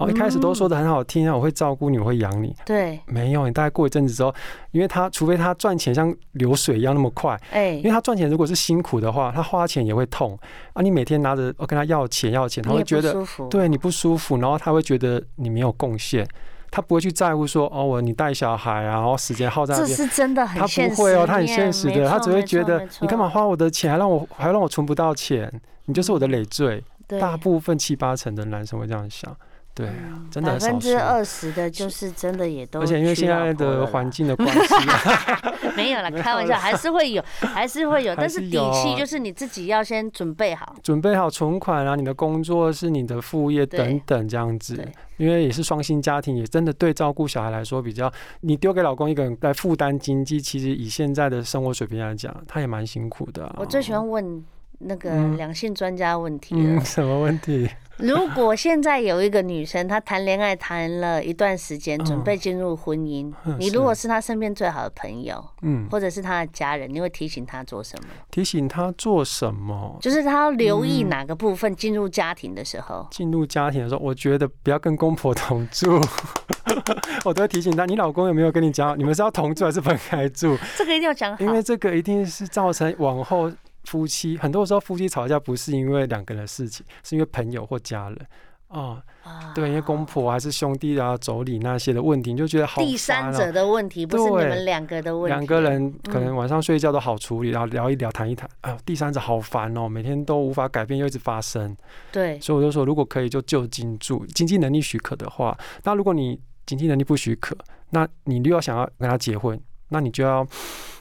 [SPEAKER 3] 哦，一开始都
[SPEAKER 2] 嗯
[SPEAKER 3] 说的很好听啊，我会照顾你，我会养你。
[SPEAKER 2] 对，
[SPEAKER 3] 没有，你大概过一阵子之后，因为他除非他赚钱像流水一样那么快，
[SPEAKER 2] 哎
[SPEAKER 3] 因为，他赚钱如果是辛苦的话，他花钱也会痛啊。你每天拿着哦跟他要钱要钱，他
[SPEAKER 2] 你也
[SPEAKER 3] 会觉
[SPEAKER 2] 不
[SPEAKER 3] 得
[SPEAKER 2] 舒服。
[SPEAKER 3] 对你不舒服，然后他会觉得你没有贡献，他不会去在乎说哦我你带小孩啊，然后时间耗在那
[SPEAKER 2] 这
[SPEAKER 3] 边。
[SPEAKER 2] 是真的
[SPEAKER 3] 他
[SPEAKER 2] 很现
[SPEAKER 3] 不
[SPEAKER 2] 实面。
[SPEAKER 3] 会哦，他很现实
[SPEAKER 2] 没
[SPEAKER 3] 的，他只
[SPEAKER 2] 错
[SPEAKER 3] 会
[SPEAKER 2] 没
[SPEAKER 3] 觉
[SPEAKER 2] 错
[SPEAKER 3] 得
[SPEAKER 2] 没错
[SPEAKER 3] 你干嘛花我的钱，还让我还让我存不到钱，你就是我的累赘。
[SPEAKER 2] 对
[SPEAKER 3] 大部分七八成的男生会这样想，对啊，真
[SPEAKER 2] 嗯
[SPEAKER 3] 的
[SPEAKER 2] 百
[SPEAKER 3] 很
[SPEAKER 2] 分
[SPEAKER 3] 少
[SPEAKER 2] 之
[SPEAKER 3] 数。
[SPEAKER 2] 二十的，就是真的也都
[SPEAKER 3] 而且因为
[SPEAKER 2] 娶
[SPEAKER 3] 现
[SPEAKER 2] 老
[SPEAKER 3] 在
[SPEAKER 2] 婆了
[SPEAKER 3] 的
[SPEAKER 2] 啦
[SPEAKER 3] 环境的关系
[SPEAKER 2] <laughs>
[SPEAKER 3] 啊，
[SPEAKER 2] 没有啦，
[SPEAKER 3] <laughs> 没有
[SPEAKER 2] 开玩笑，
[SPEAKER 3] 啦
[SPEAKER 2] 还是会
[SPEAKER 3] <laughs>
[SPEAKER 2] 有，还是会有，
[SPEAKER 3] 还
[SPEAKER 2] 但是
[SPEAKER 3] 是
[SPEAKER 2] 底
[SPEAKER 3] 有
[SPEAKER 2] 气
[SPEAKER 3] 啊
[SPEAKER 2] 就是你自己要先准备好。
[SPEAKER 3] 准备好存款啊，你的工作是你的副业
[SPEAKER 2] 对
[SPEAKER 3] 等等这样子
[SPEAKER 2] 对。
[SPEAKER 3] 因为也是双薪家庭，也真的对照顾小孩来说比较，你丢给老公一个人来负担经济，其实以现在的生活水平来讲，他也蛮辛苦的啊、
[SPEAKER 2] 我最喜欢问那个
[SPEAKER 3] 嗯
[SPEAKER 2] 两性专家问题了
[SPEAKER 3] <laughs> 嗯，。什么问题？
[SPEAKER 2] 如果现在有一个女生，她谈恋爱谈了一段时间，准
[SPEAKER 3] 嗯
[SPEAKER 2] 备进入婚姻，
[SPEAKER 3] 嗯
[SPEAKER 2] 你如果是她身边最好的朋友，
[SPEAKER 3] 嗯，哦
[SPEAKER 2] 或者是她的家人，你会提醒她做什么？
[SPEAKER 3] 提醒他做什么？
[SPEAKER 2] 就是她要留意
[SPEAKER 3] 嗯
[SPEAKER 2] 哪个部分进入家庭的时候。
[SPEAKER 3] 进入家庭的时候，我觉得不要跟公婆同住， <laughs> 我都会提醒他，你老公有没有跟你讲，你们是要同住还是分开住？
[SPEAKER 2] 这个一定要讲好
[SPEAKER 3] 嗯因，为这个一定是造成往后夫妻很多时候夫妻吵架不是因为两个人的事情，是因为朋友或家人。哦，
[SPEAKER 2] 啊
[SPEAKER 3] 对，因为公婆还是兄弟啊、妯娌那些的问题，你就觉得好
[SPEAKER 2] 第三
[SPEAKER 3] 烦哦
[SPEAKER 2] 者的问题，不是你
[SPEAKER 3] 对
[SPEAKER 2] 们两个的问题。
[SPEAKER 3] 两个人可能晚上睡觉都好处理，然后聊一聊、谈一谈。啊，第三者好烦哦，每天都无法改变，又一直发生。
[SPEAKER 2] 对，
[SPEAKER 3] 所以我就说，如果可以就就近住，经济能力许可的话，那如果你经济能力不许可，那你又要想要跟他结婚，那你就要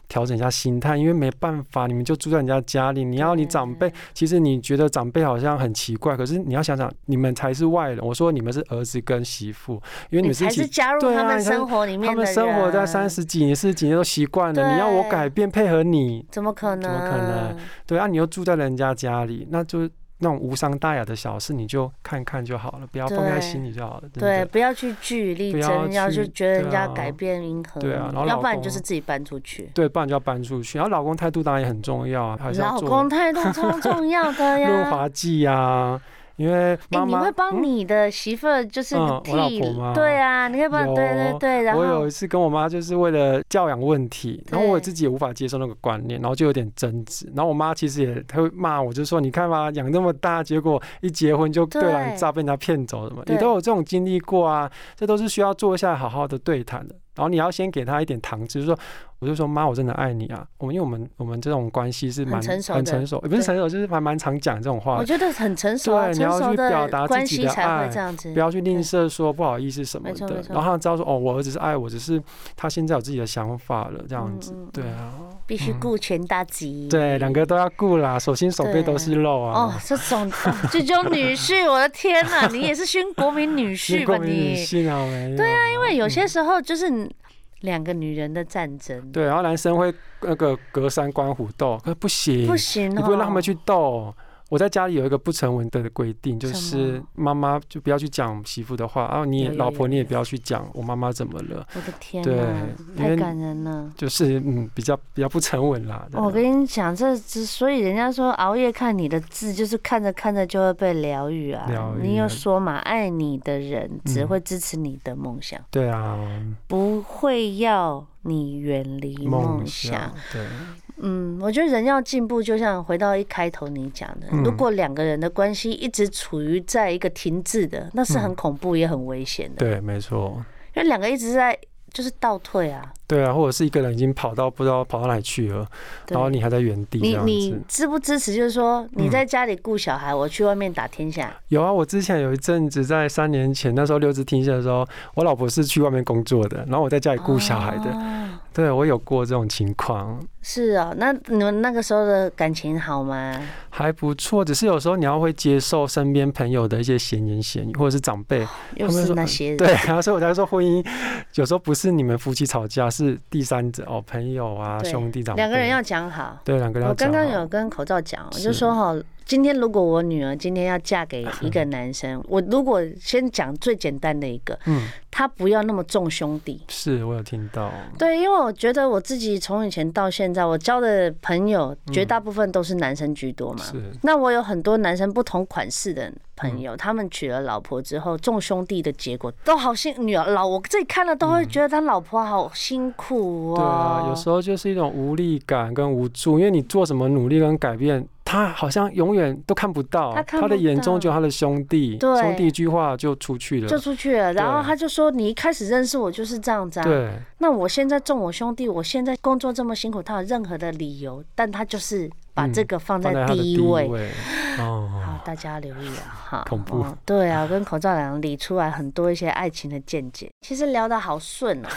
[SPEAKER 3] 调整一下心态，因为没办法，你们就住在人家家里，你要你长辈，其实你觉得长辈好像很奇怪，可是你要想想，你们才是外人。我说你们是儿子跟媳妇，因为
[SPEAKER 2] 你
[SPEAKER 3] 你们是一
[SPEAKER 2] 才是
[SPEAKER 3] 起。
[SPEAKER 2] 加入
[SPEAKER 3] 对
[SPEAKER 2] 他
[SPEAKER 3] 啊
[SPEAKER 2] 们
[SPEAKER 3] 你才是
[SPEAKER 2] 生活里面
[SPEAKER 3] 他
[SPEAKER 2] 的
[SPEAKER 3] 们生活在
[SPEAKER 2] 人
[SPEAKER 3] 三十几年、四十几年都习惯了，你要我
[SPEAKER 2] 对
[SPEAKER 3] 改变配合你，
[SPEAKER 2] 怎么可能？
[SPEAKER 3] 怎么可能？对啊，你又住在人家家里，那就是那种无伤大雅的小事，你就看看就好了，不要放在心里就好了。
[SPEAKER 2] 对，
[SPEAKER 3] 对不
[SPEAKER 2] 不要去据理力
[SPEAKER 3] 不要
[SPEAKER 2] 争，要去
[SPEAKER 3] 去
[SPEAKER 2] 觉得人家
[SPEAKER 3] 对啊
[SPEAKER 2] 改变迎合
[SPEAKER 3] 对啊然后
[SPEAKER 2] 你，要
[SPEAKER 3] 老
[SPEAKER 2] 不然你就是
[SPEAKER 3] 公
[SPEAKER 2] 自己搬出去。
[SPEAKER 3] 对，不然就要搬出去。然后老公态度当然也很重要啊，还是要
[SPEAKER 2] 老
[SPEAKER 3] 做
[SPEAKER 2] 公态度
[SPEAKER 3] <laughs>
[SPEAKER 2] 超重要的
[SPEAKER 3] 润
[SPEAKER 2] 呀。
[SPEAKER 3] 滑剂啊，因为
[SPEAKER 2] 哎，
[SPEAKER 3] 妈
[SPEAKER 2] 你
[SPEAKER 3] 妈、
[SPEAKER 2] 会帮你的媳妇儿就是
[SPEAKER 3] 嗯我
[SPEAKER 2] 替
[SPEAKER 3] 老婆吗
[SPEAKER 2] 对啊，你会帮
[SPEAKER 3] 有
[SPEAKER 2] 对对对，然
[SPEAKER 3] 我
[SPEAKER 2] 后
[SPEAKER 3] 有一次跟我妈就是为了教养问题，然后我
[SPEAKER 2] 对
[SPEAKER 3] 自己也无法接受那个观念，然后就有点争执。然后我妈其实也她会骂我，就说你看嘛，养那么大，结果一结婚就
[SPEAKER 2] 对
[SPEAKER 3] 对了，你诈被人家骗走什么，
[SPEAKER 2] 对
[SPEAKER 3] 也都有这种经历过啊。这都是需要坐下来好好的对谈的。然后你要先给她一点糖吃，就是说我就说妈，我真的爱你啊。我们因为我们我们这种关系是
[SPEAKER 2] 很
[SPEAKER 3] 蛮
[SPEAKER 2] 成熟
[SPEAKER 3] 很
[SPEAKER 2] 的
[SPEAKER 3] 成熟，也不是
[SPEAKER 2] 对
[SPEAKER 3] 成熟，就是还蛮常讲这种话
[SPEAKER 2] 我
[SPEAKER 3] 的。
[SPEAKER 2] 觉得很成熟啊，
[SPEAKER 3] 对你
[SPEAKER 2] 成
[SPEAKER 3] 要
[SPEAKER 2] 熟
[SPEAKER 3] 去表达自
[SPEAKER 2] 关
[SPEAKER 3] 己
[SPEAKER 2] 系
[SPEAKER 3] 的
[SPEAKER 2] 才会
[SPEAKER 3] 爱
[SPEAKER 2] 这样子
[SPEAKER 3] 不。要去
[SPEAKER 2] 对
[SPEAKER 3] 吝啬说不好意思什么
[SPEAKER 2] 没错没
[SPEAKER 3] 的，
[SPEAKER 2] 错
[SPEAKER 3] 然后他知道说哦，我儿子是爱我，只是他现在有自己的想法了，这样子
[SPEAKER 2] 嗯嗯，
[SPEAKER 3] 对啊，
[SPEAKER 2] 必须顾全大局。
[SPEAKER 3] 对，两个都要顾啦，手心手背都是肉
[SPEAKER 2] 哦
[SPEAKER 3] 啊，，
[SPEAKER 2] 这种哦这种女婿，我的天哪，
[SPEAKER 3] <laughs>
[SPEAKER 2] 你也是宣国民女婿吧
[SPEAKER 3] 过敏女
[SPEAKER 2] 你？
[SPEAKER 3] 性啊，没有，对啊，因
[SPEAKER 2] 因为有些时候就是两个女人的战争，
[SPEAKER 3] 对，然后男生会那个隔山观虎斗，可是不行，
[SPEAKER 2] 不行
[SPEAKER 3] 你
[SPEAKER 2] 哦，
[SPEAKER 3] 不会让他们去斗。我在家里有一个不成文的规定，就
[SPEAKER 2] 什
[SPEAKER 3] 是
[SPEAKER 2] 么
[SPEAKER 3] 妈妈就不要去讲媳妇的话，然后你也
[SPEAKER 2] 有有
[SPEAKER 3] 老婆
[SPEAKER 2] 有
[SPEAKER 3] 你也
[SPEAKER 2] 有
[SPEAKER 3] 不要去讲我妈妈怎么了，
[SPEAKER 2] 我的天
[SPEAKER 3] 对
[SPEAKER 2] 哪，
[SPEAKER 3] 因
[SPEAKER 2] 太
[SPEAKER 3] 为
[SPEAKER 2] 感人了。
[SPEAKER 3] 就是嗯比较比较不成文啦。对啊
[SPEAKER 2] 我跟你讲，这之所以人家说熬夜看你的字，就是看着看着就会被疗愈啊。
[SPEAKER 3] 疗愈嗯
[SPEAKER 2] 你有说嘛，爱你的人只会支持你的梦想，
[SPEAKER 3] 对啊，
[SPEAKER 2] 不会要你远离梦
[SPEAKER 3] 梦
[SPEAKER 2] 想。
[SPEAKER 3] 对，
[SPEAKER 2] 嗯，我觉得人要进步，就像回到一开头你讲的，
[SPEAKER 3] 嗯
[SPEAKER 2] 如果两个人的关系一直处于在一个停滞的，那是很恐怖也很危险的，
[SPEAKER 3] 嗯对，没错，
[SPEAKER 2] 因为两个一直在就是倒退啊。
[SPEAKER 3] 对啊，或者是一个人已经跑到不知道跑到哪里去了，
[SPEAKER 2] 对
[SPEAKER 3] 然后你还在原地这
[SPEAKER 2] 你
[SPEAKER 3] 样
[SPEAKER 2] 你
[SPEAKER 3] 子。嗯
[SPEAKER 2] 支不支持？就是说你在家里顾小孩，我去外面打天下。
[SPEAKER 3] 有啊，我之前有一阵子在三年前，那时候六职停薪的时候，我老婆是去外面工作的，然后我在家里顾小孩的。
[SPEAKER 2] 哦
[SPEAKER 3] 对我有过这种情况，
[SPEAKER 2] 是哦，那你们那个时候的感情好吗？
[SPEAKER 3] 还不错。只是有时候你要会接受身边朋友的一些闲言闲语，或者是长辈。
[SPEAKER 2] 又
[SPEAKER 3] 他们
[SPEAKER 2] 是
[SPEAKER 3] 说
[SPEAKER 2] 那些人，
[SPEAKER 3] 对，然后所以我才说婚姻有时候不是你们夫妻吵架，是第三者哦，朋友啊、
[SPEAKER 2] 对
[SPEAKER 3] 兄弟长辈。
[SPEAKER 2] 两个人要讲好。
[SPEAKER 3] 对两个人要
[SPEAKER 2] 我刚
[SPEAKER 3] 讲好。啊
[SPEAKER 2] 刚有跟口罩讲，我
[SPEAKER 3] 是
[SPEAKER 2] 就说哈，今天如果我女儿今天要嫁给一个男生，我如果先讲最简单的一个，
[SPEAKER 3] 嗯，
[SPEAKER 2] 她不要那么重兄弟。
[SPEAKER 3] 是我有听到。
[SPEAKER 2] 对，因为我觉得我自己从以前到现在，我交的朋友绝大部分都是男生居多嘛。
[SPEAKER 3] 嗯是
[SPEAKER 2] 那我有很多男生不同款式的朋
[SPEAKER 3] 嗯
[SPEAKER 2] 友，他们娶了老婆之后，重兄弟的结果都好辛女儿老，我自己看了都会觉得他老婆好辛苦
[SPEAKER 3] 嗯对啊，
[SPEAKER 2] 哦。
[SPEAKER 3] 有时候就是一种无力感跟无助，因为你做什么努力跟改变，他好像永远都看不到。
[SPEAKER 2] 他看不
[SPEAKER 3] 的眼中
[SPEAKER 2] 到
[SPEAKER 3] 就有他的兄弟，
[SPEAKER 2] 对
[SPEAKER 3] 兄弟一句话就出去了。
[SPEAKER 2] 就出去了，然后
[SPEAKER 3] 对
[SPEAKER 2] 他就说：“你一开始认识我就是这样子啊。”
[SPEAKER 3] 对，
[SPEAKER 2] 那我现在重我兄弟，我现在工作这么辛苦，他有任何的理由，但他就是把这个放
[SPEAKER 3] 嗯放在
[SPEAKER 2] 在
[SPEAKER 3] 他的
[SPEAKER 2] 第
[SPEAKER 3] 第
[SPEAKER 2] 一位。 <laughs>
[SPEAKER 3] 位哦，
[SPEAKER 2] 好，大家留意啊！哈，
[SPEAKER 3] 恐怖
[SPEAKER 2] 哦对啊，我跟口罩两理出来很多一些爱情的见解。其实聊得好顺
[SPEAKER 3] <laughs>
[SPEAKER 2] 哦，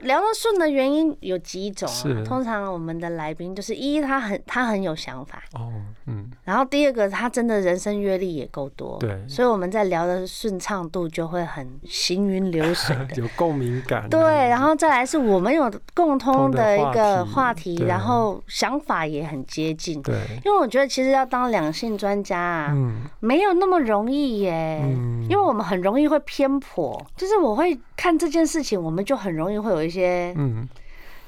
[SPEAKER 2] 聊得顺的原因有几种啊
[SPEAKER 3] 是？
[SPEAKER 2] 通常我们的来宾就是一，他很他很有想法，
[SPEAKER 3] 哦，嗯，
[SPEAKER 2] 然后第二个他真的人生阅历也够多，
[SPEAKER 3] 对。
[SPEAKER 2] 所以我们在聊的顺畅度就会很行云流水的
[SPEAKER 3] <laughs> 有共鸣感。啊
[SPEAKER 2] 对，然后再来是我们有共通的一个
[SPEAKER 3] 共同的
[SPEAKER 2] 话
[SPEAKER 3] 话
[SPEAKER 2] 题
[SPEAKER 3] 题，
[SPEAKER 2] 然
[SPEAKER 3] 对
[SPEAKER 2] 后想法也很接近。
[SPEAKER 3] 对，
[SPEAKER 2] 因为我觉得其实要当两性专家啊，
[SPEAKER 3] 嗯
[SPEAKER 2] 没有那么容易耶。
[SPEAKER 3] 嗯，
[SPEAKER 2] 因为我们很容易会偏颇，就是我会看这件事情，我们就很容易会有一些
[SPEAKER 3] 嗯，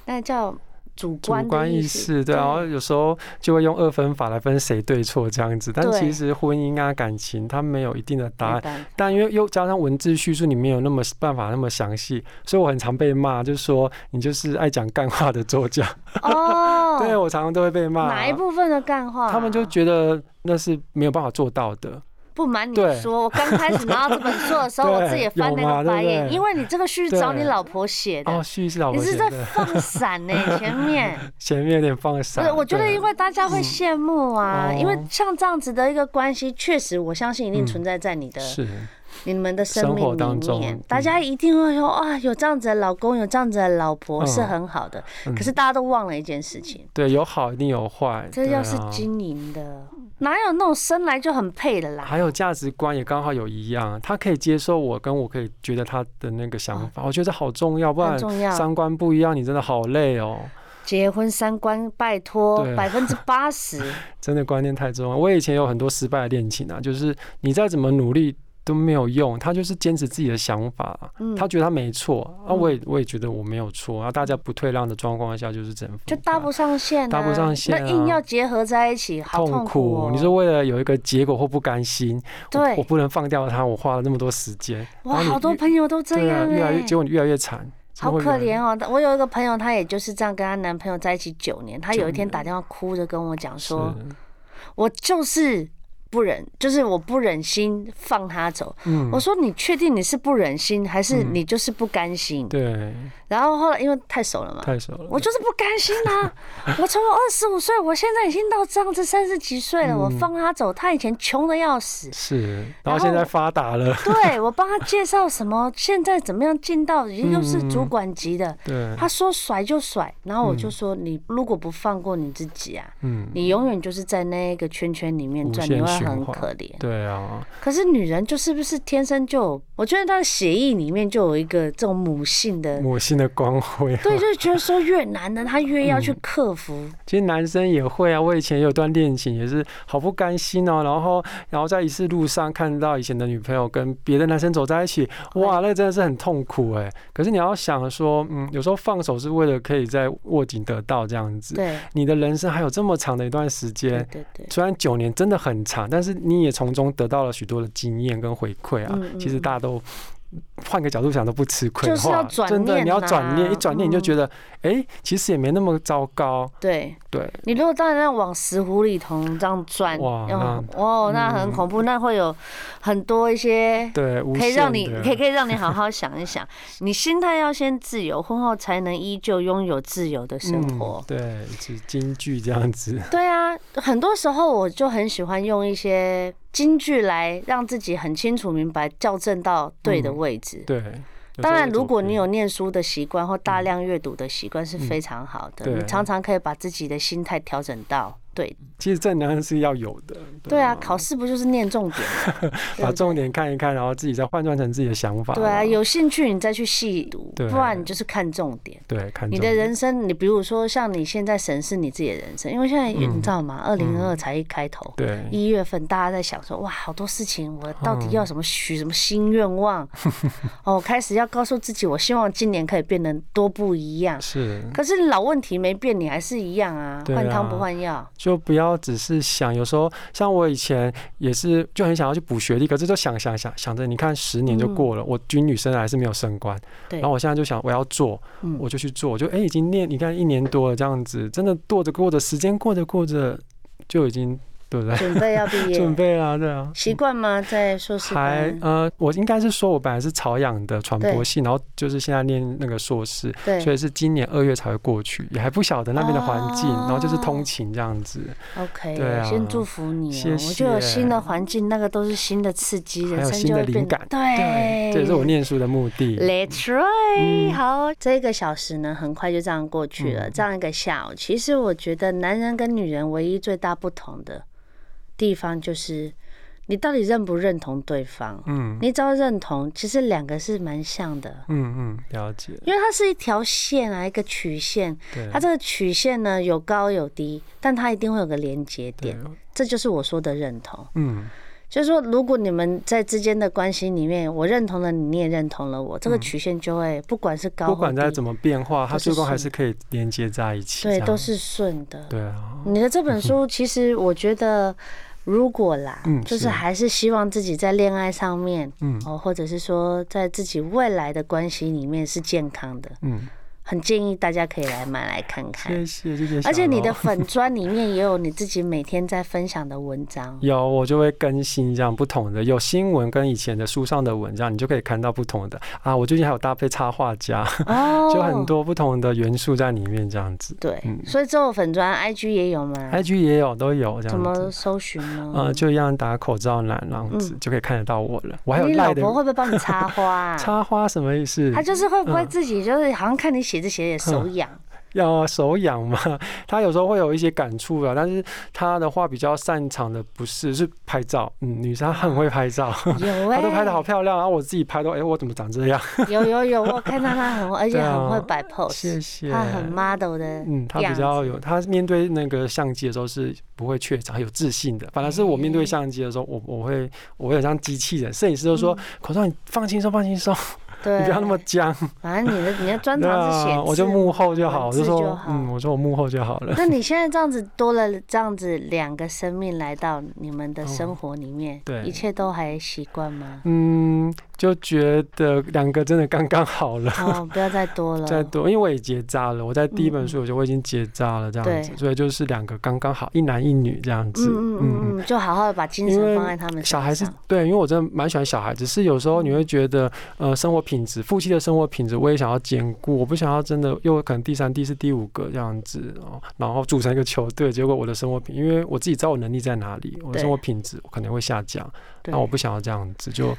[SPEAKER 2] 那叫主
[SPEAKER 3] 主
[SPEAKER 2] 观的
[SPEAKER 3] 观意
[SPEAKER 2] 识，
[SPEAKER 3] 识，对，啊然后有时候就会用二分法来分谁对错这样子，但
[SPEAKER 2] 对
[SPEAKER 3] 其实婚姻啊、感情，它没有一定的答
[SPEAKER 2] 没
[SPEAKER 3] 案。
[SPEAKER 2] 办法
[SPEAKER 3] 但因为又加上文字叙述，你没有那么办法那么详细，所以我很常被骂，就是说你就是爱讲干话的作家。
[SPEAKER 2] 哦，
[SPEAKER 3] <laughs> 对我常常都会被骂。
[SPEAKER 2] 哪一部分的干话啊、
[SPEAKER 3] 他们就觉得那是没有办法做到的，
[SPEAKER 2] 不瞒你
[SPEAKER 3] 对
[SPEAKER 2] 说，我刚开始拿到这本书的时
[SPEAKER 3] <laughs>
[SPEAKER 2] 候，
[SPEAKER 3] 对
[SPEAKER 2] 我自己也翻那个
[SPEAKER 3] 有嘛
[SPEAKER 2] 白
[SPEAKER 3] 对不对
[SPEAKER 2] 眼，因为你这个是找
[SPEAKER 3] 对
[SPEAKER 2] 你老婆写的，
[SPEAKER 3] 哦，叙事老
[SPEAKER 2] 你
[SPEAKER 3] 婆
[SPEAKER 2] 是
[SPEAKER 3] 写
[SPEAKER 2] 在
[SPEAKER 3] 的，
[SPEAKER 2] 放闪
[SPEAKER 3] <laughs>
[SPEAKER 2] 呢、前面。
[SPEAKER 3] 前面有点放
[SPEAKER 2] 不
[SPEAKER 3] 闪
[SPEAKER 2] 是，。我觉得
[SPEAKER 3] 对嗯
[SPEAKER 2] 因为大家会羡慕啊，
[SPEAKER 3] 嗯哦
[SPEAKER 2] 因为像这样子的一个关系，确实我相信一定
[SPEAKER 3] 嗯
[SPEAKER 2] 存在在你的、
[SPEAKER 3] 是
[SPEAKER 2] 你们的生
[SPEAKER 3] 生活
[SPEAKER 2] 命
[SPEAKER 3] 当
[SPEAKER 2] 里
[SPEAKER 3] 中
[SPEAKER 2] 面
[SPEAKER 3] 嗯，
[SPEAKER 2] 大家一定会说啊，有这样子的老公，有这样子的老婆
[SPEAKER 3] 嗯
[SPEAKER 2] 是很好的。
[SPEAKER 3] 嗯
[SPEAKER 2] 可是大家都忘了一件事情，
[SPEAKER 3] 对有好一定有坏，
[SPEAKER 2] 这
[SPEAKER 3] 对
[SPEAKER 2] 要是
[SPEAKER 3] 啊
[SPEAKER 2] 经营的，哪有那种生来就很配的啦？
[SPEAKER 3] 还有价值观也刚好有一样，他可以接受我，跟我可以觉得他的那个想法，我觉得好重要，不
[SPEAKER 2] 哦很
[SPEAKER 3] 然
[SPEAKER 2] 重要。
[SPEAKER 3] 三观不一样，你真的好累哦，
[SPEAKER 2] 结婚三观，拜托，
[SPEAKER 3] 对啊
[SPEAKER 2] 百分之八
[SPEAKER 3] <laughs>
[SPEAKER 2] 十，
[SPEAKER 3] 真的观念太重要。我以前有很多失败的恋情啊，就是你再怎么努力都没有用，他就是坚持自己的想法，啊
[SPEAKER 2] 嗯，
[SPEAKER 3] 他觉得他没错，啊，
[SPEAKER 2] 嗯
[SPEAKER 3] 我也我也觉得我没有错，啊，大家不退让的状况下就是征服他，
[SPEAKER 2] 就搭不上线、啊，
[SPEAKER 3] 搭不上线啊
[SPEAKER 2] 那硬要结合在一起，好
[SPEAKER 3] 痛
[SPEAKER 2] 苦哦。
[SPEAKER 3] 你说为了有一个结果或不甘心，我
[SPEAKER 2] 对
[SPEAKER 3] 我不能放掉他，我花了那么多时间，
[SPEAKER 2] 哇，
[SPEAKER 3] 然后你
[SPEAKER 2] 好多
[SPEAKER 3] 越
[SPEAKER 2] 朋友都这
[SPEAKER 3] 对啊，
[SPEAKER 2] 样、欸
[SPEAKER 3] 越来越结果你越来越惨，
[SPEAKER 2] 好
[SPEAKER 3] 真的会越
[SPEAKER 2] 可
[SPEAKER 3] 来越
[SPEAKER 2] 怜哦！我有一个朋友，她也就是这样跟她男朋友在一起九年，她有一天
[SPEAKER 3] 九年
[SPEAKER 2] 打电话哭着跟我讲说
[SPEAKER 3] 是：“
[SPEAKER 2] 我就是不忍，就是我不忍心放他走。
[SPEAKER 3] 嗯
[SPEAKER 2] 我说：“你确定你是不忍心，还是
[SPEAKER 3] 嗯
[SPEAKER 2] 你就是不甘心？”
[SPEAKER 3] 对，
[SPEAKER 2] 然后后来因为太熟了嘛，
[SPEAKER 3] 太熟了。
[SPEAKER 2] 我就是不甘心啊！
[SPEAKER 3] <laughs>
[SPEAKER 2] 我从我二十五岁，我现在已经到这样子三十几岁了，我
[SPEAKER 3] 嗯
[SPEAKER 2] 放他走，他以前穷的要死，
[SPEAKER 3] 是，然
[SPEAKER 2] 然
[SPEAKER 3] 后现
[SPEAKER 2] 后
[SPEAKER 3] 在发达了，
[SPEAKER 2] 对我帮他介绍什么，现在怎么样进到已经又是主
[SPEAKER 3] 嗯
[SPEAKER 2] 管级的。
[SPEAKER 3] 对，
[SPEAKER 2] 他说甩就甩，然后我就
[SPEAKER 3] 嗯
[SPEAKER 2] 说你如果不放过你自己啊，
[SPEAKER 3] 嗯，
[SPEAKER 2] 你永远就是在那个圈圈里面
[SPEAKER 3] 无
[SPEAKER 2] 转，
[SPEAKER 3] 限
[SPEAKER 2] 你会
[SPEAKER 3] 循
[SPEAKER 2] 很
[SPEAKER 3] 环
[SPEAKER 2] 可怜。
[SPEAKER 3] 对啊，
[SPEAKER 2] 可是女人就是不是天生就有？我觉得她的血液里面就有一个这种母性的，
[SPEAKER 3] 母性的光辉。
[SPEAKER 2] 对，就是觉得说越难的她越要去
[SPEAKER 3] 嗯
[SPEAKER 2] 克服。
[SPEAKER 3] 其实男生也会啊，我以前有段恋情也是好不甘心哦，然后然后在一次路上看到以前的女朋友跟别的男生走在一起，哇，那真的是很痛苦哎。可是你要想说，嗯，有时候放手是为了可以在握紧得到这样子。
[SPEAKER 2] 对
[SPEAKER 3] 你的人生还有这么长的一段时
[SPEAKER 2] 对
[SPEAKER 3] 间，
[SPEAKER 2] 对对，
[SPEAKER 3] 虽然九年真的很长，但是你也从中得到了许多的经验跟回馈啊。
[SPEAKER 2] 嗯嗯
[SPEAKER 3] 其实大家都换个角度想都不吃亏的
[SPEAKER 2] 就是要
[SPEAKER 3] 话，
[SPEAKER 2] 转
[SPEAKER 3] 真的
[SPEAKER 2] 念
[SPEAKER 3] 你要
[SPEAKER 2] 呐嗯
[SPEAKER 3] 转念，一转念你就觉得，哎、其实也没那么糟糕，
[SPEAKER 2] 对
[SPEAKER 3] 对，
[SPEAKER 2] 你如果当然往死胡里头这样转，
[SPEAKER 3] 哇
[SPEAKER 2] 嗯哦，那很恐怖，那会有很多一些
[SPEAKER 3] 对，无
[SPEAKER 2] 可以让
[SPEAKER 3] 限
[SPEAKER 2] 你
[SPEAKER 3] 的
[SPEAKER 2] 可以可以让你好
[SPEAKER 3] <laughs>
[SPEAKER 2] 好想一想，你心态要先自由，婚后才能依旧拥有自由的生活。
[SPEAKER 3] 嗯、对，是京剧这样子，
[SPEAKER 2] 对啊，很多时候我就很喜欢用一些金句来让自己很清楚明白，校正到对的
[SPEAKER 3] 嗯
[SPEAKER 2] 位置。
[SPEAKER 3] 对。有时
[SPEAKER 2] 当
[SPEAKER 3] 候
[SPEAKER 2] 然，
[SPEAKER 3] 会嗯
[SPEAKER 2] 如
[SPEAKER 3] 走
[SPEAKER 2] 果
[SPEAKER 3] 偏
[SPEAKER 2] 你有念书的习惯或大量阅读的习惯是非常好的，
[SPEAKER 3] 嗯对
[SPEAKER 2] 你常常可以把自己的心态调整到对
[SPEAKER 3] 其实正能量是要有的。
[SPEAKER 2] 对啊，
[SPEAKER 3] 吗
[SPEAKER 2] 考试不就是念重点吗？
[SPEAKER 3] <laughs>
[SPEAKER 2] 对
[SPEAKER 3] 把
[SPEAKER 2] 不对
[SPEAKER 3] 重点看一看，然后自己再换算成自己的想法。
[SPEAKER 2] 对啊，有兴趣你再去细读，
[SPEAKER 3] 对
[SPEAKER 2] 不然你就是看重点。
[SPEAKER 3] 对看
[SPEAKER 2] 你
[SPEAKER 3] 重
[SPEAKER 2] 的
[SPEAKER 3] 点
[SPEAKER 2] 人生，你比如说像你现在审视你自己的人生，因为现在你知道吗？二零二二才一开头，
[SPEAKER 3] 嗯对
[SPEAKER 2] 一月份大家在想说，哇，好多事情，我到
[SPEAKER 3] 嗯
[SPEAKER 2] 底要什么许什么新愿
[SPEAKER 3] <laughs>
[SPEAKER 2] 望？哦，开始要告诉自己，我希望今年可以变得多不一样。
[SPEAKER 3] 是，
[SPEAKER 2] 可是老问题没变，你还是一样啊，
[SPEAKER 3] 对啊
[SPEAKER 2] 换汤不换
[SPEAKER 3] <laughs>
[SPEAKER 2] 药。
[SPEAKER 3] 就不要只是想。有时候像我以前也是，就很想要去补学历，可是就想想想想着，你看十年就过了，我军旅生涯还是没有升官。
[SPEAKER 2] 嗯对
[SPEAKER 3] 然后我现在就想，我要做，
[SPEAKER 2] 嗯
[SPEAKER 3] 我就去做，我就哎、已经念，你看一年多了这样子，真的过着过着，时间过着过着就已经对不对？
[SPEAKER 2] 准备要毕
[SPEAKER 3] <laughs> 准
[SPEAKER 2] 业，
[SPEAKER 3] 备啊，对啊。
[SPEAKER 2] 习惯吗？在硕士
[SPEAKER 3] 还
[SPEAKER 2] 班，
[SPEAKER 3] 呃，我应该是说，我本来是朝阳的传播
[SPEAKER 2] 对
[SPEAKER 3] 系，然后就是现在念那个硕士，所
[SPEAKER 2] 对
[SPEAKER 3] 以是今年二月才会过去，也还不晓得那边的环境，
[SPEAKER 2] 哦
[SPEAKER 3] 然后就是通勤这样子，
[SPEAKER 2] ，OK，
[SPEAKER 3] 对啊
[SPEAKER 2] 先祝福你哦。
[SPEAKER 3] 谢谢
[SPEAKER 2] 我觉得有新的环境，那个都是新的刺激，
[SPEAKER 3] 还
[SPEAKER 2] 人
[SPEAKER 3] 有
[SPEAKER 2] 生
[SPEAKER 3] 新
[SPEAKER 2] 就
[SPEAKER 3] 的
[SPEAKER 2] 会变
[SPEAKER 3] 灵感。
[SPEAKER 2] 对，
[SPEAKER 3] 这也是我念书的目的。
[SPEAKER 2] Let's right，、
[SPEAKER 3] 嗯
[SPEAKER 2] 好，这个小时呢，很快就这样过去了。
[SPEAKER 3] 嗯
[SPEAKER 2] 这样一个下午，其实我觉得男人跟女人唯一最大不同的地方，就是你到底认不认同对方。
[SPEAKER 3] 嗯
[SPEAKER 2] 你只要认同，其实两个是蛮像的，
[SPEAKER 3] 嗯嗯，了解。
[SPEAKER 2] 因为它是一条线啊，一个曲线。
[SPEAKER 3] 对，
[SPEAKER 2] 它这个曲线呢，有高有低，但它一定会有个连接
[SPEAKER 3] 对
[SPEAKER 2] 点，，这就是我说的认同。
[SPEAKER 3] 嗯
[SPEAKER 2] 就是说，如果你们在之间的关系里面，我认同了你，你也认同了我，这个曲线就会不管是高
[SPEAKER 3] 嗯不
[SPEAKER 2] 或
[SPEAKER 3] 管
[SPEAKER 2] 低，
[SPEAKER 3] 再怎么变化，它
[SPEAKER 2] 都是
[SPEAKER 3] 最终还
[SPEAKER 2] 顺
[SPEAKER 3] 是可以连接在一起。这
[SPEAKER 2] 对，
[SPEAKER 3] 样
[SPEAKER 2] 都是顺的。
[SPEAKER 3] 对啊，
[SPEAKER 2] 你的这本
[SPEAKER 3] <laughs>
[SPEAKER 2] 书，其实我觉得，如果啦，
[SPEAKER 3] 嗯
[SPEAKER 2] 就是
[SPEAKER 3] 是
[SPEAKER 2] 还是希望自己在恋爱上面，
[SPEAKER 3] 嗯
[SPEAKER 2] 哦，或者是说在自己未来的关系里面是健康的，
[SPEAKER 3] 嗯，
[SPEAKER 2] 很建议大家可以来买来看看
[SPEAKER 3] 谢。谢谢谢小
[SPEAKER 2] 而且你
[SPEAKER 3] 柔
[SPEAKER 2] 的粉砖里面也有你自己每天在分享的文章，
[SPEAKER 3] 有，我就会更新这样不同的，有新闻跟以前的书上的文章，你就可以看到不同的啊。我最近还有搭配插画家，
[SPEAKER 2] 哦，
[SPEAKER 3] <laughs> 就很多不同的元素在里面这样子。
[SPEAKER 2] 对，
[SPEAKER 3] 嗯
[SPEAKER 2] 所以这种粉砖 IG 也有吗？
[SPEAKER 3] IG 也有都有
[SPEAKER 2] 嗯
[SPEAKER 3] 这
[SPEAKER 2] 怎
[SPEAKER 3] 样
[SPEAKER 2] 么
[SPEAKER 3] 子，
[SPEAKER 2] 搜寻呢？
[SPEAKER 3] 呃，就一样打口罩男那样子、就可以看得到我了。我还有
[SPEAKER 2] 嗯你
[SPEAKER 3] 赖
[SPEAKER 2] 老
[SPEAKER 3] 的
[SPEAKER 2] 婆会不会帮你插花、啊？
[SPEAKER 3] <laughs> 插花什么意思
[SPEAKER 2] 她？就是会不会
[SPEAKER 3] 嗯
[SPEAKER 2] 自己就是好像看你写字写得手痒，
[SPEAKER 3] <laughs> 要手痒嘛？ <laughs> 他有时候会有一些感触啊，但是他的话比较擅长的不是是拍照，嗯，女生她很会拍照，
[SPEAKER 2] 有哎、
[SPEAKER 3] <laughs> 她都拍的好漂亮，然后我自己拍都，哎、我怎么长
[SPEAKER 2] <laughs>
[SPEAKER 3] 这样？
[SPEAKER 2] 有有有，我看到她很，而且
[SPEAKER 3] 对啊
[SPEAKER 2] 很会摆 pose，、
[SPEAKER 3] 谢谢。
[SPEAKER 2] 她很 model 的。
[SPEAKER 3] <laughs> 嗯，他
[SPEAKER 2] 样
[SPEAKER 3] 比较
[SPEAKER 2] 子
[SPEAKER 3] 有，他面对那个相机的时候是不会怯场，有自信的。反而是我面
[SPEAKER 2] 嗯
[SPEAKER 3] 对相机的时候，我我会我会很像机器人。摄影师就说：“口罩，你放轻松，放轻松，
[SPEAKER 2] 嗯对，
[SPEAKER 3] <laughs> 你不要那么僵。
[SPEAKER 2] 反正你的你的
[SPEAKER 3] <laughs>
[SPEAKER 2] 专”长是写
[SPEAKER 3] 那
[SPEAKER 2] 字，
[SPEAKER 3] 我就幕后就好，我
[SPEAKER 2] 文字
[SPEAKER 3] 就
[SPEAKER 2] 就
[SPEAKER 3] 说
[SPEAKER 2] 好：“
[SPEAKER 3] 嗯，我说我幕后就好了。
[SPEAKER 2] 那你现在这样子多了这样子两个生命来到你们的生活里面，
[SPEAKER 3] 哦对
[SPEAKER 2] 一切都还习惯吗”？
[SPEAKER 3] 嗯，就觉得两个真的刚刚好了。
[SPEAKER 2] 哦，不要再多了，
[SPEAKER 3] <laughs> 再多，因为我也结扎了，我在第一
[SPEAKER 2] 嗯嗯
[SPEAKER 3] 本书我就我已经结扎了这
[SPEAKER 2] 对
[SPEAKER 3] 样子，所以就是两个刚刚好，一男一女这样子。
[SPEAKER 2] 嗯嗯嗯嗯，就好好的把精
[SPEAKER 3] 因
[SPEAKER 2] 神
[SPEAKER 3] 为
[SPEAKER 2] 放在他们身上。
[SPEAKER 3] 小孩子对，因为我真的蛮喜欢小孩子，是有时候你
[SPEAKER 2] 嗯
[SPEAKER 3] 会觉得，呃，生活品质，夫妻的生活品质，我也想要兼顾，我不想要真的又可能第三、第四、第五个这样子哦，然后组成一个球队，结果我的生活品，因为我自己知道我能力在哪里，我的
[SPEAKER 2] 对
[SPEAKER 3] 生活品质可能会下降，
[SPEAKER 2] 对
[SPEAKER 3] 那我不想要这样子，就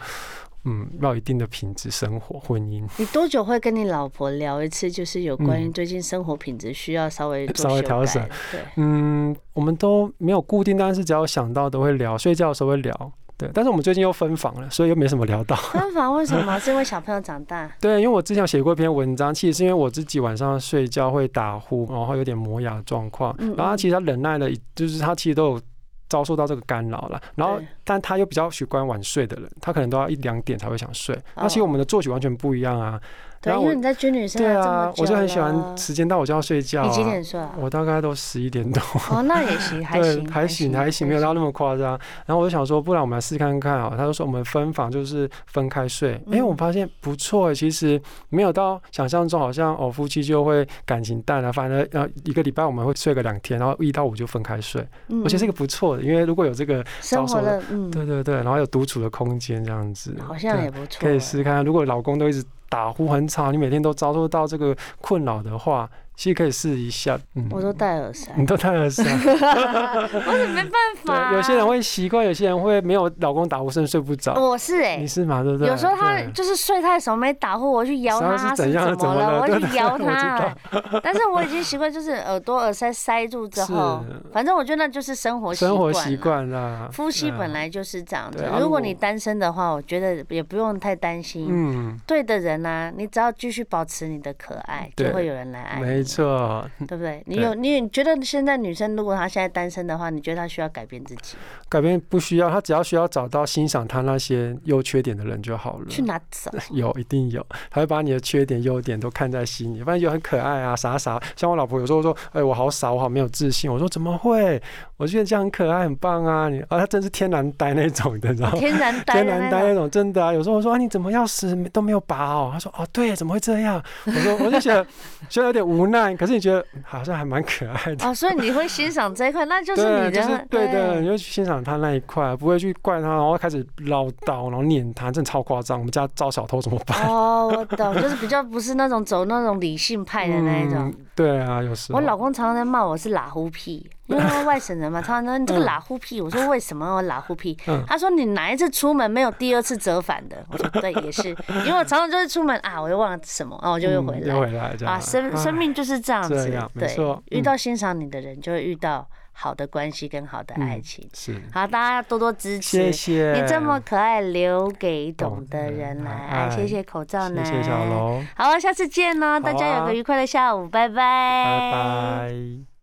[SPEAKER 3] 嗯，要有一定的品质生活、婚姻，
[SPEAKER 2] 你多久会跟你老婆聊一次？就是有关于
[SPEAKER 3] 嗯
[SPEAKER 2] 最近生活品质需要稍微做
[SPEAKER 3] 稍微
[SPEAKER 2] 修
[SPEAKER 3] 调
[SPEAKER 2] 改
[SPEAKER 3] 整。
[SPEAKER 2] 对，
[SPEAKER 3] 嗯，我们都没有固定，但是只要想到都会聊，睡觉的时候会聊。对，但是我们最近又分房了，所以又没什么聊到。
[SPEAKER 2] 分房为什么？是 <laughs> 因为小朋友长
[SPEAKER 3] <laughs>
[SPEAKER 2] 大。
[SPEAKER 3] 对，因为我之前有写过一篇文章，其实是因为我自己晚上睡觉会打呼，然后有点磨牙的状况，
[SPEAKER 2] 嗯嗯
[SPEAKER 3] 然后他其实他忍耐了一，就是他其实都有。遭受到这个干扰了，然后
[SPEAKER 2] 对
[SPEAKER 3] 但他又比较喜欢晚睡的人，他可能都要一两点才会想睡。那其实
[SPEAKER 2] 哦
[SPEAKER 3] 我们的作息完全不一样啊，
[SPEAKER 2] 对，
[SPEAKER 3] 然后
[SPEAKER 2] 因
[SPEAKER 3] 我
[SPEAKER 2] 为你在追女生
[SPEAKER 3] 对
[SPEAKER 2] 这
[SPEAKER 3] 啊
[SPEAKER 2] 么，久
[SPEAKER 3] 我就很
[SPEAKER 2] 了
[SPEAKER 3] 喜欢时间到我就要睡觉、啊。
[SPEAKER 2] 你几点睡啊？
[SPEAKER 3] 我大概都十一点多。
[SPEAKER 2] 哦，那也行，
[SPEAKER 3] <laughs>
[SPEAKER 2] 还
[SPEAKER 3] 对，
[SPEAKER 2] 行，
[SPEAKER 3] 还行，还行，没有到那么夸张。然后我就想说，不然我们来试看看啊。他就说我们分房就是分开睡。哎、
[SPEAKER 2] 嗯
[SPEAKER 3] 我发现不错、欸，其实没有到想象中，好像哦夫妻就会感情淡了、反正呃一个礼拜我们会睡个两天，然后一到五就分开睡。
[SPEAKER 2] 嗯
[SPEAKER 3] 我觉得这个不错的，因为如果有这个，
[SPEAKER 2] 生活的，嗯，
[SPEAKER 3] 对对对，然后有独处的空间这样子，
[SPEAKER 2] 好像
[SPEAKER 3] 对
[SPEAKER 2] 也不错，
[SPEAKER 3] 可以试试看。如果老公都一直打呼很吵，你每天都遭受到这个困扰的话，其实可以试一下。嗯，
[SPEAKER 2] 我都戴耳塞，
[SPEAKER 3] 你都太耳
[SPEAKER 2] <laughs>
[SPEAKER 3] 塞。
[SPEAKER 2] 我怎么没办法？啊
[SPEAKER 3] 对，有些人，会习惯，有些人会没有老公打呼声睡不着。
[SPEAKER 2] 我是哎
[SPEAKER 3] 你，是嘛？对不对？
[SPEAKER 2] 有时候他
[SPEAKER 3] 对
[SPEAKER 2] 就是睡太熟没打呼，我去摇
[SPEAKER 3] 然后
[SPEAKER 2] 他，
[SPEAKER 3] 是
[SPEAKER 2] 他
[SPEAKER 3] 怎样
[SPEAKER 2] 么
[SPEAKER 3] 怎么
[SPEAKER 2] 了？
[SPEAKER 3] 了
[SPEAKER 2] 我
[SPEAKER 3] 对
[SPEAKER 2] 去摇
[SPEAKER 3] <laughs> 对我知
[SPEAKER 2] 他，哎但是我已经习惯，就是耳朵耳塞塞住之后，
[SPEAKER 3] 是
[SPEAKER 2] 反正我觉得那就是生活
[SPEAKER 3] 生活习
[SPEAKER 2] 了。
[SPEAKER 3] 惯啦，
[SPEAKER 2] 夫妻本
[SPEAKER 3] 对啊
[SPEAKER 2] 来就是这样子
[SPEAKER 3] 对啊，
[SPEAKER 2] 如
[SPEAKER 3] 如
[SPEAKER 2] 果
[SPEAKER 3] 果
[SPEAKER 2] 你单身的话，我觉得也不用太担心。
[SPEAKER 3] 嗯，
[SPEAKER 2] 对的人啊，你只要继续保持你的可爱，就
[SPEAKER 3] 对
[SPEAKER 2] 会有人来爱你，
[SPEAKER 3] 没错。
[SPEAKER 2] 对不对？你
[SPEAKER 3] 对
[SPEAKER 2] 有你觉得现在女生如果她现在单身的话，你觉得她需要改变自己，
[SPEAKER 3] 改变不需要，他只要需要找到欣赏他那些优缺点的人就好了。
[SPEAKER 2] 去哪找？
[SPEAKER 3] 有一定有，他会把你的缺点、优点都看在心里。反正就很可爱啊，傻傻。像我老婆有时候说：“哎、我好傻，我好没有自信。”我说：“怎么会？我觉得这样很可爱，很棒啊！”你啊，她真是天然呆那种的，你知道吗？
[SPEAKER 2] 天然呆
[SPEAKER 3] <laughs> 天
[SPEAKER 2] 的
[SPEAKER 3] 然
[SPEAKER 2] 那
[SPEAKER 3] 呆
[SPEAKER 2] 种
[SPEAKER 3] 那种，真的啊。有时候我说啊，你怎么钥匙没都没有拔哦？他说哦，对，怎么会这样？我说我就觉得觉得有点无奈，可是你觉得嗯好像还蛮可爱
[SPEAKER 2] <laughs>
[SPEAKER 3] 的。
[SPEAKER 2] 哦，所以你会欣赏这一块，那就是嗯
[SPEAKER 3] 对，啊
[SPEAKER 2] 你
[SPEAKER 3] 就
[SPEAKER 2] 的
[SPEAKER 3] 是对的，你就去欣赏他那一块，不会去怪他，然后开始唠叨，然后念他，真的超夸张。我们家招小偷怎么 <laughs> 办？
[SPEAKER 2] 哦，我懂，就是比较不是那种走那种理性派的那一种。
[SPEAKER 3] 嗯，对啊，有时候
[SPEAKER 2] 我老公常常在骂我是拉呼屁，因为他是外省
[SPEAKER 3] <laughs>
[SPEAKER 2] 人嘛，常常说你这个拉呼屁。我说为什么我拉呼屁？
[SPEAKER 3] 嗯
[SPEAKER 2] 他说你哪一次出门没有第二次折返的？我说对，也
[SPEAKER 3] <laughs>
[SPEAKER 2] 是，因为我常常就是出门啊，我又忘了什么，啊，我就又回
[SPEAKER 3] 嗯
[SPEAKER 2] 来
[SPEAKER 3] 又。回来这样
[SPEAKER 2] 啊，生生命就是这样
[SPEAKER 3] 这
[SPEAKER 2] 子
[SPEAKER 3] 样，没
[SPEAKER 2] 对
[SPEAKER 3] 错，
[SPEAKER 2] 遇
[SPEAKER 3] 嗯
[SPEAKER 2] 到欣赏你的人，就会遇到好的关系跟好的爱情。
[SPEAKER 3] 是，
[SPEAKER 2] 好，大家要多多支持。
[SPEAKER 3] 嗯谢谢
[SPEAKER 2] 你这么可爱，留给懂的人来爱。
[SPEAKER 3] 懂得人来爱
[SPEAKER 2] 谢谢口罩男，
[SPEAKER 3] 哎谢谢小。龙，
[SPEAKER 2] 好，下次见哦，大
[SPEAKER 3] 好
[SPEAKER 2] 家
[SPEAKER 3] 啊
[SPEAKER 2] 有个愉快的下午，拜拜，
[SPEAKER 3] 拜拜。